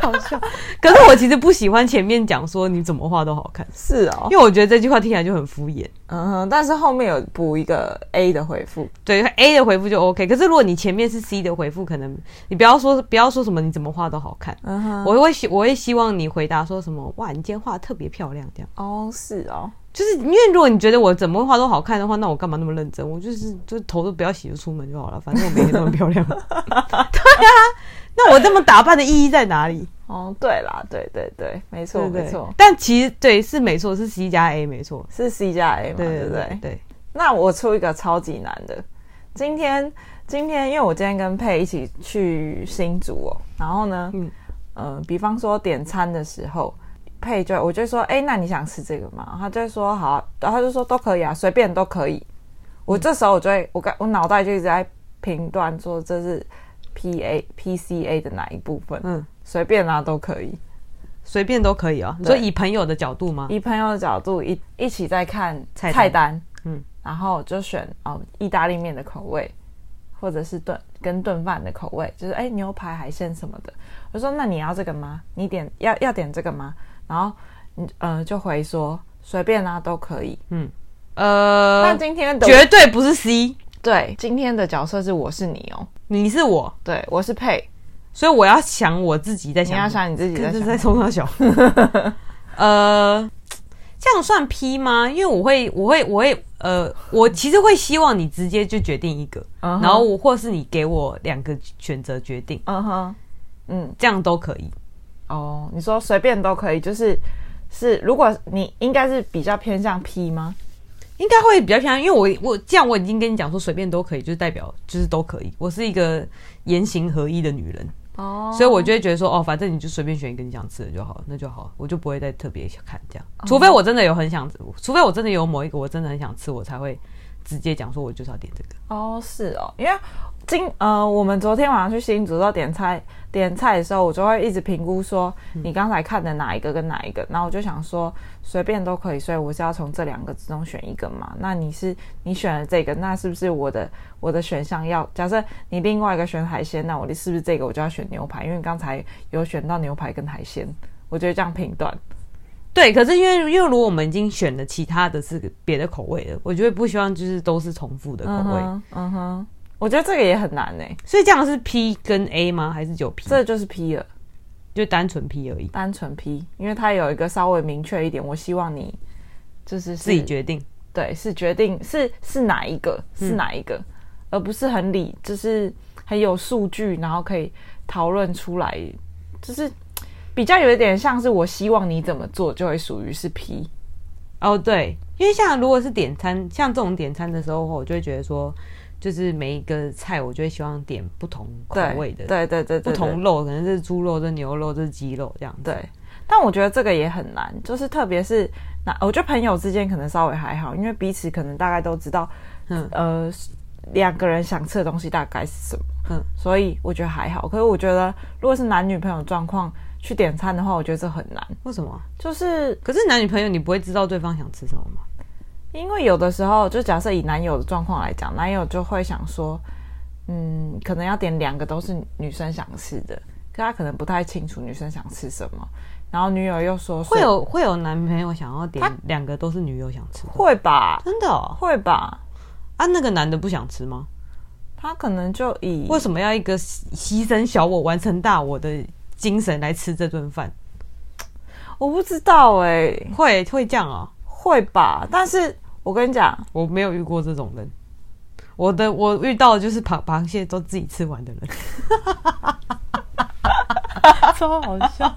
Speaker 2: 好笑。可是我其实不喜欢前面讲说你怎么画都好看，
Speaker 1: 是哦，
Speaker 2: 因为我觉得这句话听起来就很敷衍。
Speaker 1: 嗯哼，但是后面有补一个 A 的回复，
Speaker 2: 对 A 的回复就 OK，可是如果你前面是 C 的回复，可能你不要说不要说什么你怎么画都好看，
Speaker 1: 嗯哼，
Speaker 2: 我会希我会希望你回答说什么哇，你今天画得特别漂亮这样。
Speaker 1: 哦是哦，
Speaker 2: 就是因为如果你觉得我怎么画都好看的话，那我干嘛那么认真？我就是就头都不要洗就出门就好了，反正我每天都很漂 亮。对啊，那我这么打扮的意义在哪里？
Speaker 1: 哦对啦，对对对，没
Speaker 2: 对
Speaker 1: 错
Speaker 2: 不对
Speaker 1: 没错，，
Speaker 2: 但其实对是没错，是 C 加 A 没错。
Speaker 1: 是 C 加 A 嘛，
Speaker 2: 对
Speaker 1: 不
Speaker 2: 对
Speaker 1: 对
Speaker 2: 对？对，
Speaker 1: 那我出一个超级难的。今天今天，因为我今天跟佩一起去新竹哦，然后呢，嗯
Speaker 2: 嗯、
Speaker 1: 比方说点餐的时候，佩就我就说，哎、那你想吃这个吗？他就会说好啊，然后他就说都可以啊，随便都可以。
Speaker 2: 嗯
Speaker 1: 我这时候我就会，我刚我脑袋就一直在评断说这是 P A P C A 的哪一部分，
Speaker 2: 嗯，
Speaker 1: 随便啊都可以。
Speaker 2: 随便都可以啊。你说
Speaker 1: 对
Speaker 2: 以朋友的角度吗？
Speaker 1: 以朋友的角度一一起在看
Speaker 2: 菜单
Speaker 1: 单嗯
Speaker 2: 嗯，
Speaker 1: 然后就选哦意大利面的口味，或者是炖跟炖饭的口味，就是哎牛排、海鲜什么的。我说那你要这个吗？你点要要点这个吗？然后你呃就回说随便啊都可以。
Speaker 2: 呃
Speaker 1: 但，今天的
Speaker 2: 绝对不是 C，
Speaker 1: 对今天的角色是我是你哦，
Speaker 2: 你是我，
Speaker 1: 对我是配，
Speaker 2: 所以我要想我自己在
Speaker 1: 你
Speaker 2: 想什么。
Speaker 1: 要想你自己在
Speaker 2: 真
Speaker 1: 想
Speaker 2: 的在冲他小。 呃，这样算 P 吗？因为我会，我会，我会，呃，我其实会希望你直接就决定一个
Speaker 1: 嗯哼
Speaker 2: 然后我或是你给我两个选择决定，
Speaker 1: 嗯哼，嗯。
Speaker 2: 这样都可以。
Speaker 1: 哦，你说随便都可以，就是是，如果你应该是比较偏向 P 吗？
Speaker 2: 应该会比较偏向，因为我我这样我已经跟你讲说随便都可以，就是代表就是都可以。我是一个言行合一的女人，
Speaker 1: 哦
Speaker 2: 所以我就会觉得说哦，反正你就随便选一个你想吃的就好，那就好，我就不会再特别看这样。
Speaker 1: 哦
Speaker 2: 除非我真的有很想，除非我真的有某一个我真的很想吃，我才会直接讲说我就是要点这个。
Speaker 1: 哦，是哦，因为今呃，我们昨天晚上去新竹到点菜点菜的时候，我就会一直评估说你刚才看的哪一个跟哪一个，然后我就想说随便都可以，所以我是要从这两个之中选一个嘛。那你是你选了这个，那是不是我的我的选项要？假设你另外一个选海鲜，那我的是不是这个我就要选牛排？因为刚才有选到牛排跟海鲜，我就会这样评断。
Speaker 2: 对，可是因为因为如果我们已经选了其他的是别的口味了，我就会不希望就是都是重复的口
Speaker 1: 嗯
Speaker 2: 味，
Speaker 1: 哼，嗯哼，我觉得这个也很难诶、
Speaker 2: 所以这样是 P 跟 A 吗？还是九 P？
Speaker 1: 这就是 P 了。
Speaker 2: 就单纯 P 而已，
Speaker 1: 单纯 P，因为它有一个稍微明确一点，我希望你就是
Speaker 2: 自己决定。
Speaker 1: 对是决定是是哪一个是哪一个，而不是很理就是很有数据，然后可以讨论出来，就是比较有一点像是我希望你怎么做，就会属于是 P。
Speaker 2: 哦，对，因为像如果是点餐，像这种点餐的时候，我就会觉得说，就是每一个菜，我就会希望点不同口
Speaker 1: 对
Speaker 2: 味的，
Speaker 1: 对对对对
Speaker 2: 不
Speaker 1: 对
Speaker 2: 同肉，可能是猪肉、这是牛肉、这是鸡肉这样子。
Speaker 1: 对，但我觉得这个也很难，就是特别是那我觉得朋友之间可能稍微还好，因为彼此可能大概都知道，
Speaker 2: 嗯
Speaker 1: 呃，两个人想吃的东西大概是什么，
Speaker 2: 嗯
Speaker 1: 所以我觉得还好。可是我觉得如果是男女朋友状况去点餐的话，我觉得这很难，
Speaker 2: 为什么？
Speaker 1: 就是
Speaker 2: 可是男女朋友你不会知道对方想吃什么吗？
Speaker 1: 因为有的时候就假设以男友的状况来讲，男友就会想说，嗯，可能要点两个都是女生想吃的，可他可能不太清楚女生想吃什么。然后女友又说
Speaker 2: 会有会有男朋友想要点两个都是女友想吃的，
Speaker 1: 会吧，
Speaker 2: 真的哦？
Speaker 1: 会吧？
Speaker 2: 啊，那个男的不想吃吗？
Speaker 1: 他可能就以
Speaker 2: 为什么要一个牺牺牲小我完成大我的精神来吃这顿饭？
Speaker 1: 我不知道哎、
Speaker 2: 会会这样哦？
Speaker 1: 会吧？但是我跟你讲，
Speaker 2: 我没有遇过这种人。我的我遇到的就是螃螃蟹都自己吃完的人，超好笑。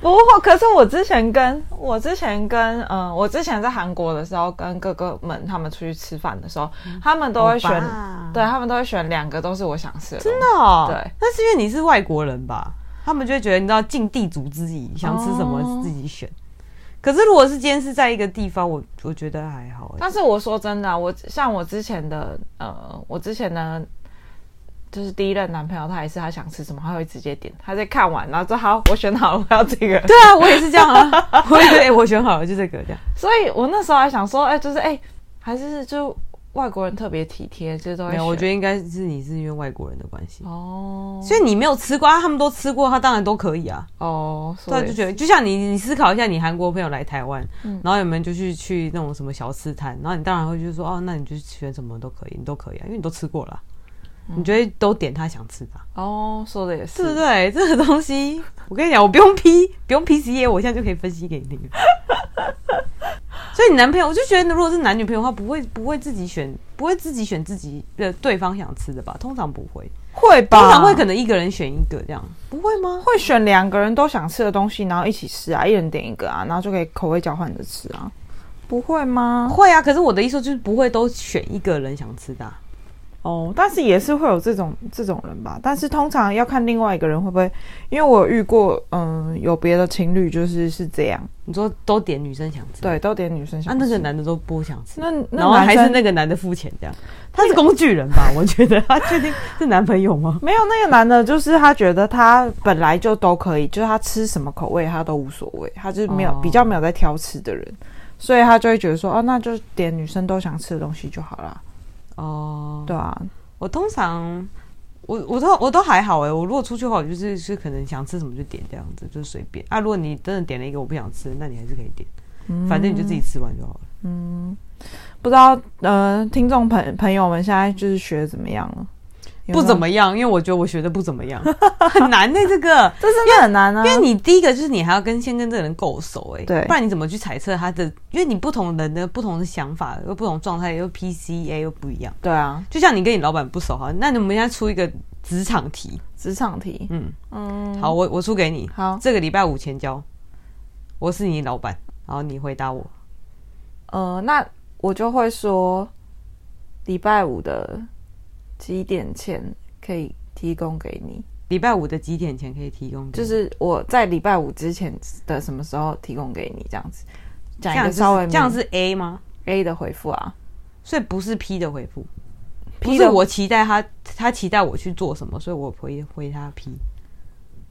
Speaker 1: 不过可是我之前跟我之前跟嗯、呃我之前在韩国的时候，跟哥哥们他们出去吃饭的时候，他们都会选
Speaker 2: 欧巴，
Speaker 1: 对他们都会选两个都是我想吃的东西，
Speaker 2: 真的、哦？
Speaker 1: 对，
Speaker 2: 那是因为你是外国人吧？他们就会觉得你知道尽地主之谊，想吃什
Speaker 1: 哦
Speaker 2: 么自己选。可是如果是今天是在一个地方，我我觉得还好、欸。
Speaker 1: 但是我说真的啊、我像我之前的呃，我之前的就是第一任男朋友，他也是他想吃什么，他会直接点，他在看完，然后说好，我选好了，我要这个。
Speaker 2: 对啊，我也是这样啊。我也觉得，哎、我选好了，就这个这样。
Speaker 1: 所以我那时候还想说，哎、就是哎、还是就外国人特别体贴，这都会
Speaker 2: 没有，我觉
Speaker 1: 得
Speaker 2: 得应该是你是因为外国人的关系，
Speaker 1: 哦
Speaker 2: 所以你没有吃过，啊他们都吃过，他当然都可以啊。
Speaker 1: 哦，
Speaker 2: 对啊，
Speaker 1: 以
Speaker 2: 就觉得就像你，你思考一下，你韩国朋友来台湾，然后你们就去去那种什么小吃摊，然后你当然会就说哦，那你就选什么都可以，你都可以啊，因为你都吃过了啊、你觉得都点他想吃的啊、
Speaker 1: 哦，说的也是，
Speaker 2: 对不对？这个东西，我跟你讲，我不用批，不用 PCA，我现在就可以分析给 你听。所以你男朋友，我就觉得，如果是男女朋友的话，不会不会自己选，不会自己选自己的对方想吃的吧？通常不会，
Speaker 1: 会吧？
Speaker 2: 通常会可能一个人选一个这样，不会吗？
Speaker 1: 会选两个人都想吃的东西，然后一起吃啊，一人点一个啊，然后就可以口味交换着吃啊，不会吗？
Speaker 2: 会啊，可是我的意思就是不会都选一个人想吃的啊、
Speaker 1: 哦，但是也是会有这种这种人吧，但是通常要看另外一个人会不会，因为我有遇过，嗯，有别的情侣就是是这样，
Speaker 2: 你说都点女生想吃，
Speaker 1: 对，都点女生
Speaker 2: 啊，
Speaker 1: 想吃，
Speaker 2: 那个男的都不想吃，
Speaker 1: 那那
Speaker 2: 然后还
Speaker 1: 男
Speaker 2: 是
Speaker 1: 生
Speaker 2: 那个男的付钱这样，他是工具人吧？我觉得他确定是男朋友吗？
Speaker 1: 没有那个男的，就是他觉得他本来就都可以，就是他吃什么口味他都无所谓，他就是没有、
Speaker 2: 哦
Speaker 1: 比较没有在挑吃的人，所以他就会觉得说，哦，那就点女生都想吃的东西就好啦，
Speaker 2: 哦，
Speaker 1: 对啊，
Speaker 2: 我通常我我都我都还好哎、我如果出去的话，我就是是可能想吃什么就点这样子，就随便啊。如果你真的点了一个我不想吃，那你还是可以点，
Speaker 1: 嗯
Speaker 2: 反正你就自己吃完就好了。
Speaker 1: 不知道呃，听众朋朋友们现在就是学得怎么样了？有没有
Speaker 2: 不怎，么样，因为我觉得我学的不怎 么样，很难呢、这个。
Speaker 1: 这真的很难啊
Speaker 2: 因。为你第一个就是你还要跟先跟这个人够熟哎、
Speaker 1: 对
Speaker 2: 不然你怎么去猜测他的？因为你不同人的不同的想法，又不同状态，又 PCA 又不一样。
Speaker 1: 对啊，
Speaker 2: 就像你跟你老板不熟哈，那你们现在出一个职场题，
Speaker 1: 职场题，
Speaker 2: 嗯，
Speaker 1: 嗯，
Speaker 2: 好，我我出给你，
Speaker 1: 好，
Speaker 2: 这个礼拜五前交，我是你老板，然后你回答我，
Speaker 1: 呃，那我就会说，礼拜五的几点前可以提供给你，
Speaker 2: 礼拜五的几点前可以提供给
Speaker 1: 就
Speaker 2: 你？
Speaker 1: 是我在礼拜五之前的什么时候提供给你，这样子讲一
Speaker 2: 这样
Speaker 1: 个
Speaker 2: 是
Speaker 1: 稍微
Speaker 2: 这样是 A 吗？
Speaker 1: A 的回复啊。
Speaker 2: 所以不是 P 的回复
Speaker 1: P
Speaker 2: 不是
Speaker 1: 的
Speaker 2: 我期待他，他期待我去做什么，所以我回回他 P。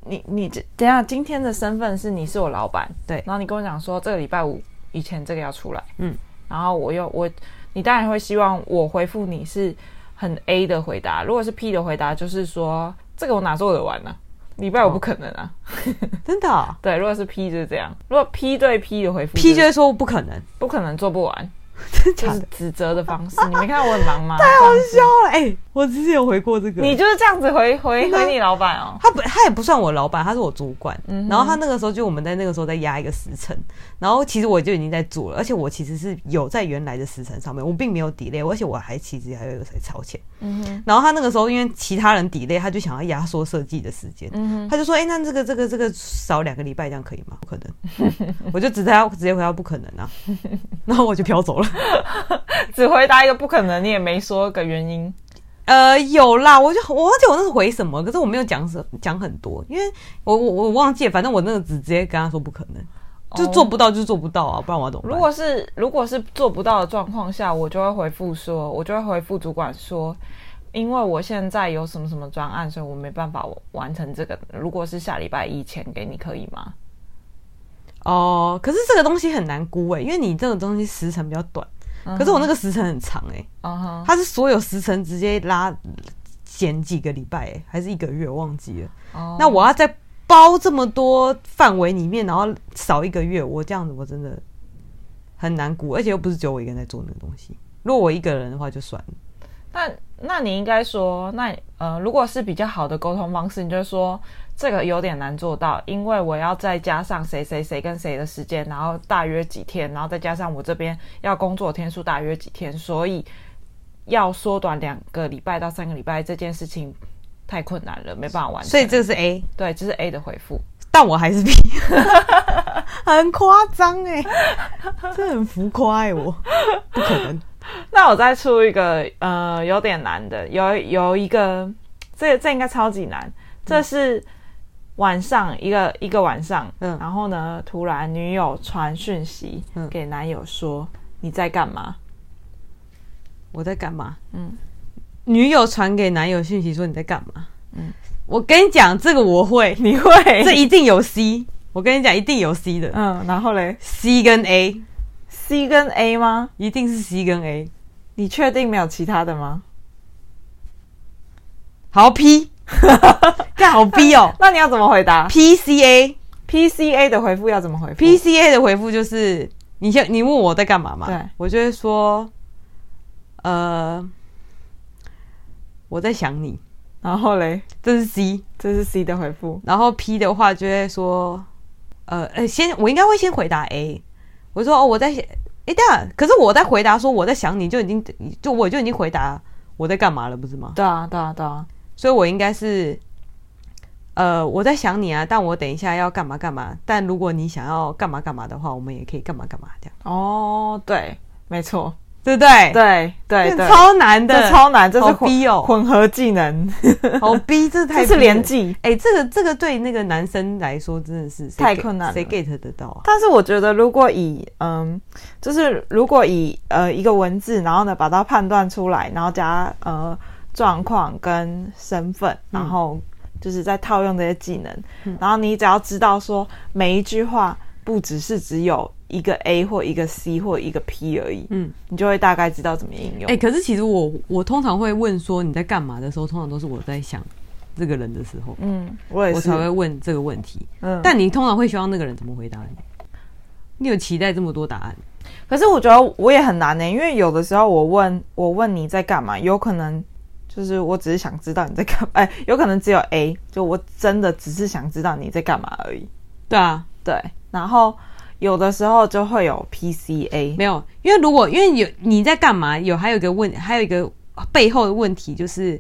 Speaker 1: 你你这等一下今天的身份是你是我老板，
Speaker 2: 对
Speaker 1: 然后你跟我讲说这个礼拜五以前这个要出来，
Speaker 2: 嗯，
Speaker 1: 然后我又我你当然会希望我回复你是很 A 的回答，如果是 P 的回答就是说这个我哪做得完呢、礼拜五不可能啊，
Speaker 2: 真的啊、
Speaker 1: 对，如果是 P 就是这样，如果 P 对 P 的回复
Speaker 2: p
Speaker 1: 就
Speaker 2: 就是会说 不可能，
Speaker 1: 不可能做不完， 就
Speaker 2: 真假
Speaker 1: 是
Speaker 2: 的？
Speaker 1: 指责的方式，你没看到我很忙 吗？太好笑，
Speaker 2: 哦，哎、我之前有回过这个，
Speaker 1: 你就是这样子回回
Speaker 2: 啊
Speaker 1: 回你老板哦，
Speaker 2: 他不，他也不算我老板，他是我主管。
Speaker 1: 嗯
Speaker 2: 然后他那个时候就我们在那个时候在压一个时辰，然后其实我就已经在做了，而且我其实是有在原来的时辰上面，我并没有 delay，而且我还其实还有在超前。
Speaker 1: 嗯哼，
Speaker 2: 然后他那个时候因为其他人 delay，他就想要压缩设计的时间，
Speaker 1: 嗯哼，
Speaker 2: 他就说：“哎、那这个这个这个少两个礼拜这样可以吗？不可能。”我就直接直接回答不可能啊，然后我就飘走了。
Speaker 1: 只回答一个不可能，你也没说个原因，
Speaker 2: 呃，有啦，我就我忘记我那时候回什么，可是我没有讲什讲很多，因为我我我忘记了，反正我那个只直接跟他说不可能，就
Speaker 1: 哦
Speaker 2: 做不到就是做不到啊，不然我要怎么办？
Speaker 1: 如果是如果是做不到的状况下，我就会回复说，我就会回复主管说，因为我现在有什么什么专案，所以我没办法完成这个。如果是下礼拜一前给你，可以吗？
Speaker 2: 哦、可是这个东西很难估欸诶、因为你这个东西时辰比较短，可是我那个时辰很长诶、
Speaker 1: 嗯哼，
Speaker 2: 它是所有时辰直接拉减几个礼拜、诶，欸还是一个月，我忘记了。
Speaker 1: 哦
Speaker 2: 那我要在包这么多范围里面，然后少一个月，我这样子我真的很难估，而且又不是只有我一个人在做那个东西。如果我一个人的话就算了，
Speaker 1: 那那你应该说，那呃，如果是比较好的沟通方式，你就说这个有点难做到，因为我要再加上谁谁谁跟谁的时间，然后大约几天，然后再加上我这边要工作天数大约几天，所以要缩短两个礼拜到三个礼拜这件事情太困难了，没办法完成。
Speaker 2: 所以这个是 A，
Speaker 1: 对，这是 A 的回复。
Speaker 2: 但我还是 B，很夸张 哎，这很浮夸哎、我不可能。
Speaker 1: 那我再出一个，呃，有点难的，有有一个，这这应该超级难，这是晚上一个一个晚上，
Speaker 2: 嗯
Speaker 1: 然后呢，突然女友传讯息
Speaker 2: 嗯
Speaker 1: 给男友说、你在干嘛？
Speaker 2: 我在干嘛？
Speaker 1: 嗯
Speaker 2: 嗯，女友传给男友讯息说你在干嘛？嗯，我跟你讲，这个我会，
Speaker 1: 你会
Speaker 2: 这一定有 C，我跟你讲一定有 C 的、
Speaker 1: 嗯，然后嘞
Speaker 2: c 跟 A
Speaker 1: ，C 跟 A 吗？
Speaker 2: 一定是 C 跟 A。
Speaker 1: 你确定没有其他的 吗？
Speaker 2: 好 P，干好 B 哦
Speaker 1: 那你要怎么回答
Speaker 2: ，PCA。
Speaker 1: ？PCA 的回复要怎么回复
Speaker 2: PCA 的回复就是，你先你问我在干嘛嘛？
Speaker 1: 对
Speaker 2: 我就会说，呃，我在想你，
Speaker 1: 然后嘞，
Speaker 2: 这是 C。
Speaker 1: 这是 C 的回复。
Speaker 2: 然后 P 的话就会说，呃呃，先我应该会先回答 A，我就说哦我在想，哎，对啊，可是我在回答说我在想你就已经就我就已经回答我在干嘛了，不是吗？
Speaker 1: 对啊，对啊，对啊，
Speaker 2: 所以我应该是，呃，我在想你啊，但我等一下要干嘛干嘛，但如果你想要干嘛干嘛的话，我们也可以干嘛干嘛这样，
Speaker 1: 哦，对，没错，
Speaker 2: 对不对？
Speaker 1: 对对
Speaker 2: 这
Speaker 1: 对，
Speaker 2: 超难的，
Speaker 1: 这 超难，这是
Speaker 2: 好
Speaker 1: 混
Speaker 2: 逼哦
Speaker 1: 混合技 能，
Speaker 2: 好逼，这太
Speaker 1: 这
Speaker 2: 逼
Speaker 1: 是
Speaker 2: 了
Speaker 1: 连。技。
Speaker 2: 哎、这个这个对那个男生来说真的是谁
Speaker 1: 太
Speaker 2: get-
Speaker 1: 困难了
Speaker 2: 谁 get 得到啊？
Speaker 1: 但是我觉得，如果以嗯，就是如果以呃一个文字，然后呢把它判断出来，然后加呃状况跟身份，
Speaker 2: 嗯
Speaker 1: 然后就是再套用这些技能，然后你只要知道说每一句话不只是只有一个 A 或一个 C 或一个 P 而已，
Speaker 2: 嗯，
Speaker 1: 你就会大概知道怎么应用。
Speaker 2: 哎、可是其实我我通常会问说你在干嘛的时候，通常都是我在想这个人的时候，
Speaker 1: 嗯，我也
Speaker 2: 我
Speaker 1: 是
Speaker 2: 才，会问这个问题。
Speaker 1: 嗯，
Speaker 2: 但你通常会希望那个人怎么回答你？你有期待这么多答案？
Speaker 1: 可是我觉得我也很难呢、欸因为有的时候我问我问你在干嘛，有可能就是我只是想知道你在干嘛，哎，有可能只有 A，就我真的只是想知道你在干嘛而已。
Speaker 2: 对啊，
Speaker 1: 对，然后有的时候就会有 PCA，
Speaker 2: 没有，因为如果因为有你在干嘛，有还有一个问，还有一个呃背后的问题就是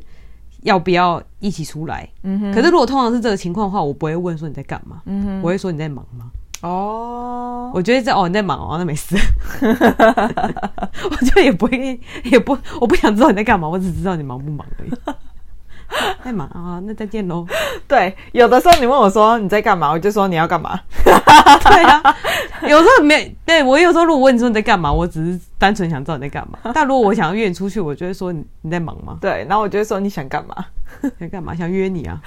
Speaker 2: 要不要一起出来？
Speaker 1: 嗯哼，
Speaker 2: 可是如果通常是这个情况的话，我不会问说你在干嘛，
Speaker 1: 嗯哼，
Speaker 2: 我会说你在忙吗？
Speaker 1: 哦，
Speaker 2: 我觉得这哦你在忙哦，那 没事，我就也不会也不我不想知道你在干嘛，我只知道你忙不忙而已。在忙啊，那再见喽。
Speaker 1: 对，有的时候你问我说你在干嘛，我就说你要干嘛，
Speaker 2: 对啊，有时候没对我有时候如果问你说你在干嘛，我只是单纯想知道你在干嘛。但如果我想要约你出去，我就会说你你在忙吗？
Speaker 1: 对，然后我就会说你想干嘛，
Speaker 2: 在干嘛？想约你 啊？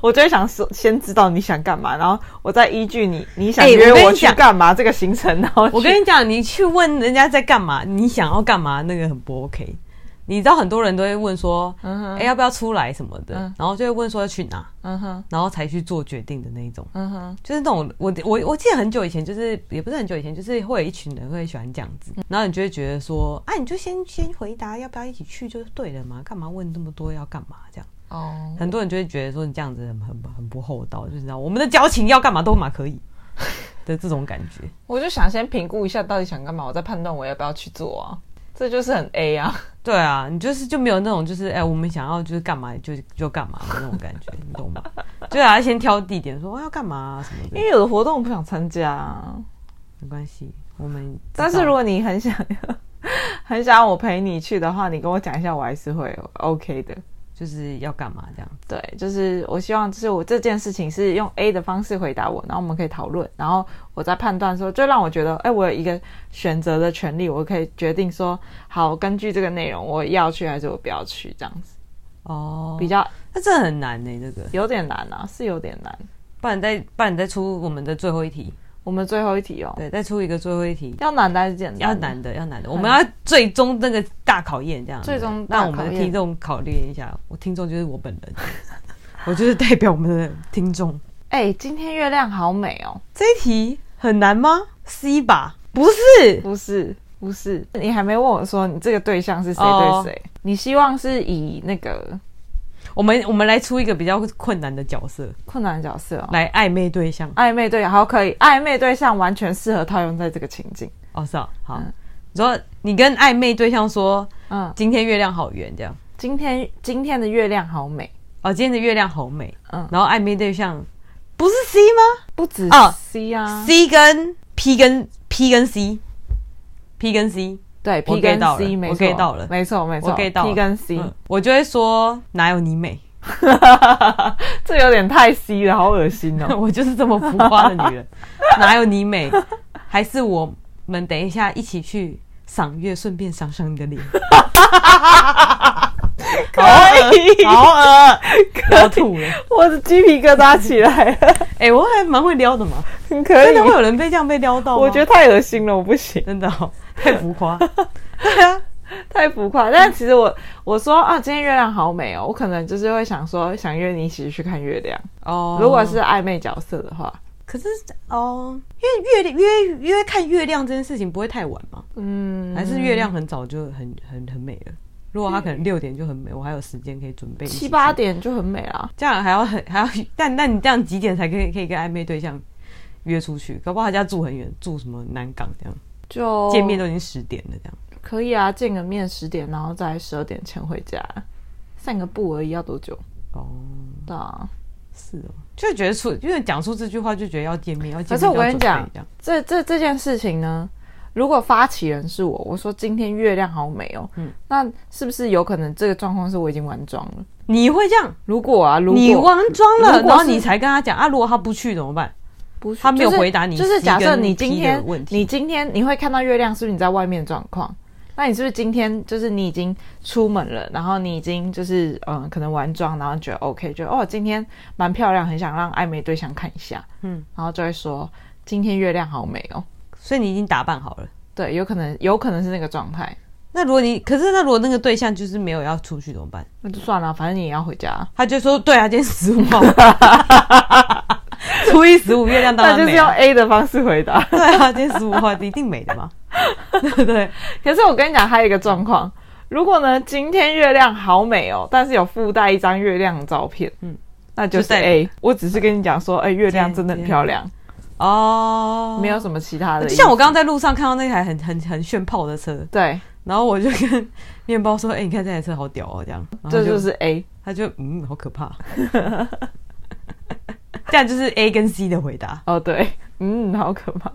Speaker 1: 我就会想说先知道你想干嘛，然后我再依据你你想
Speaker 2: 哎
Speaker 1: 约
Speaker 2: 我跟
Speaker 1: 我
Speaker 2: 你
Speaker 1: 去
Speaker 2: 讲
Speaker 1: 干嘛这个行程，然后
Speaker 2: 我
Speaker 1: 去
Speaker 2: 跟你讲，你去问人家在干嘛，你想要干嘛，那个很不 OK。你知道很多人都会问说，哎、
Speaker 1: 嗯哼
Speaker 2: 要不要出来什么的，
Speaker 1: 嗯
Speaker 2: 然后就会问说要去哪，
Speaker 1: 嗯哼
Speaker 2: 然后才去做决定的那一种。
Speaker 1: 嗯哼
Speaker 2: 就是那种我我我记得很久以前，就是也不是很久以前，就是会有一群人会喜欢这样子，然后你就会觉得说，啊，你就先先回答要不要一起去就对了嘛，干嘛问这么多要干嘛这样？
Speaker 1: 哦。
Speaker 2: 很多人就会觉得说你这样子很很很不厚道，就是你知道我们的交情要干嘛都嘛可以的这种感觉。
Speaker 1: 我就想先评估一下到底想干嘛，我再判断我要不要去做啊。这就是很 A 啊，
Speaker 2: 对啊，你就是就没有那种就是哎、我们想要就是干嘛就就干嘛的那种感觉， 你懂吗？对啊，先挑地点说、哦、要干嘛啊、什么
Speaker 1: 因
Speaker 2: 的，
Speaker 1: 为有的活动我不想参加啊。
Speaker 2: 没关系，我们知道
Speaker 1: 但是如果你很想很想要 我陪你去的话，你跟我讲一下，我还是会 OK 的。
Speaker 2: 就是要干嘛这样。
Speaker 1: 对，就是我希望，就是我这件事情是用 A 的方式回答我，然后我们可以讨论，然后我再判断说，就让我觉得，哎，我有一个选择的权利，我可以决定说，好，根据这个内容，我要去还是我不要去，这样子
Speaker 2: 哦，
Speaker 1: 比较
Speaker 2: 那这很难呢、这个。
Speaker 1: 有点难啊，是有点难。
Speaker 2: 不然再不然再出我们的最后一题，
Speaker 1: 我们最后一题哦，
Speaker 2: 对，再出一个最后一题，
Speaker 1: 要难的还是简单的？
Speaker 2: 要难的要难的，我们要最终那个大考验这样，
Speaker 1: 最终大
Speaker 2: 让
Speaker 1: 考
Speaker 2: 我
Speaker 1: 验
Speaker 2: 们的听众考虑一下，我听众就是我本人， 我就是代表我们的听众。
Speaker 1: 哎、今天月亮好美哦！
Speaker 2: 这一题很难吗？C 吧，不是，
Speaker 1: 不是，不是，你还没问我说你这个对象是谁
Speaker 2: 哦
Speaker 1: 对谁你希望是以那个
Speaker 2: 我们我们来出一个比较困难的角色
Speaker 1: 困难角色哦，
Speaker 2: 来暧昧对象。
Speaker 1: 暧昧对象，好可以，暧昧对象完全适合套用在这个情境。
Speaker 2: 哦，是啊，好
Speaker 1: 嗯，
Speaker 2: 你说你跟暧昧对象说
Speaker 1: 嗯，
Speaker 2: 今天月亮好圆这样，
Speaker 1: 今天今天的月亮好美，
Speaker 2: 哦，今天的月亮好美，
Speaker 1: 嗯
Speaker 2: 然后暧昧对象不是 C 吗？
Speaker 1: 不止
Speaker 2: 哦
Speaker 1: C 啊，
Speaker 2: C 跟 P 跟 P 跟 C，P 跟 C，
Speaker 1: 对
Speaker 2: 我
Speaker 1: P 跟
Speaker 2: get 到
Speaker 1: C
Speaker 2: 了
Speaker 1: 没
Speaker 2: 我
Speaker 1: 错，
Speaker 2: get 到了
Speaker 1: 没错没
Speaker 2: 我
Speaker 1: 错
Speaker 2: get 到了
Speaker 1: P 跟 C，、
Speaker 2: 嗯我就会说哪有你美，
Speaker 1: 这有点太 C 了，好恶心哦。
Speaker 2: 我就是这么浮夸的女人， 哪有你美，还是我们等一下一起去赏月，顺便赏赏你的脸，
Speaker 1: 可以，
Speaker 2: 好恶，要吐了。
Speaker 1: 我的鸡皮疙瘩起来了，
Speaker 2: 哎、我还蛮会撩的嘛，
Speaker 1: 可
Speaker 2: 真
Speaker 1: 以
Speaker 2: 的，会有人被这样被撩到
Speaker 1: 嗯
Speaker 2: 吗？
Speaker 1: 我觉得太恶心了，我不行。
Speaker 2: 真的、哦、太浮夸，对啊，
Speaker 1: 太浮夸。但其实我我说啊，今天月亮好美哦，我可能就是会想说想约你一起去看月亮。
Speaker 2: 哦
Speaker 1: 如果是暧昧角色的话，
Speaker 2: 可是哦，因为月约约看月亮这件事情不会太晚嘛，
Speaker 1: 嗯，
Speaker 2: 还是月亮很早就很很很美了。如果它可能六点就很美，我还有时间可以准备一起
Speaker 1: 七八
Speaker 2: 去
Speaker 1: 点就很美啊啦。
Speaker 2: 这样还要很还要， 但但你这样几点才可以可以跟暧昧对象约出去？搞不好他家住很远，住什么南港这样，
Speaker 1: 就
Speaker 2: 见面都已经十点了这样。
Speaker 1: 可以啊，见个面十点，然后再十二点前回家，散个步而已，要多久？
Speaker 2: 哦，
Speaker 1: 对啊，
Speaker 2: 是哦，就觉得出，因为讲出这句话就觉得要见面，要
Speaker 1: 可
Speaker 2: 见面。
Speaker 1: 是我跟你
Speaker 2: 就要准
Speaker 1: 讲
Speaker 2: 备这样，
Speaker 1: 这这这件事情呢，如果发起人是我，我说今天月亮好美哦，
Speaker 2: 嗯
Speaker 1: 那是不是有可能这个状况是我已经完妆了？
Speaker 2: 你会这样，
Speaker 1: 如果啊，如果
Speaker 2: 你完妆了，
Speaker 1: 如果是
Speaker 2: 然后你才跟他讲啊，如果他不去怎么办？
Speaker 1: 不是
Speaker 2: 他没有
Speaker 1: 就是
Speaker 2: 回答你
Speaker 1: 就是
Speaker 2: C
Speaker 1: 假设
Speaker 2: 跟
Speaker 1: 你今
Speaker 2: P 的
Speaker 1: 天
Speaker 2: 问题
Speaker 1: 你今天你会看到月亮，是不是你在外面的状况？那你是不是今天就是你已经出门了，然后你已经就是嗯可能完妆，然后觉得 OK，觉得哦今天蛮漂亮，很想让暧昧对象看一下，
Speaker 2: 嗯，
Speaker 1: 然后就会说今天月亮好美哦。
Speaker 2: 所以你已经打扮好了。
Speaker 1: 对，有可能有可能是那个状态，
Speaker 2: 那如果你可是那如果那个对象就是没有要出去怎么办？
Speaker 1: 那就算了，反正你也要回家，
Speaker 2: 他就说对啊，今天 十五号，初一十五月亮当
Speaker 1: 那
Speaker 2: 然
Speaker 1: 就是
Speaker 2: 美
Speaker 1: 用
Speaker 2: 啊。
Speaker 1: A 的方式回答。
Speaker 2: 对啊，今天十五号一定美的嘛， 对不对？
Speaker 1: 可是我跟你讲，还有一个状况，如果呢今天月亮好美哦，但是有附带一张月亮的照片，嗯
Speaker 2: 嗯，
Speaker 1: 那就
Speaker 2: 就是代表
Speaker 1: A。我只是跟你讲说，哎、月亮真的很漂亮，
Speaker 2: 哦，
Speaker 1: 没有什么其他的意
Speaker 2: 就
Speaker 1: 思。
Speaker 2: 像我刚刚在路上看到那台很很很炫炮的车，
Speaker 1: 对，
Speaker 2: 然后我就跟 面包说：“哎、你看这台车好屌哦！”这样，然后
Speaker 1: 这
Speaker 2: 他
Speaker 1: 就是 A。
Speaker 2: 他就嗯，好可怕。 这样就是 A 跟 C 的回答，
Speaker 1: 哦，对，嗯，好可怕。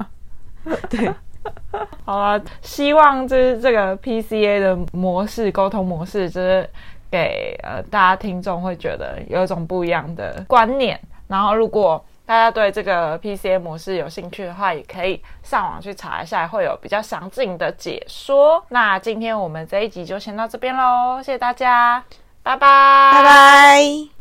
Speaker 2: 对，
Speaker 1: 好啦，希望就是这个 PCA 的模式沟通模式，就是给呃大家听众会觉得有一种不一样的观念。然后，如果大家对这个 PCA 模式有兴趣的话，也可以上网去查一下，会有比较详尽的解说。那今天我们这一集就先到这边喽，谢谢大家，拜拜，
Speaker 2: 拜。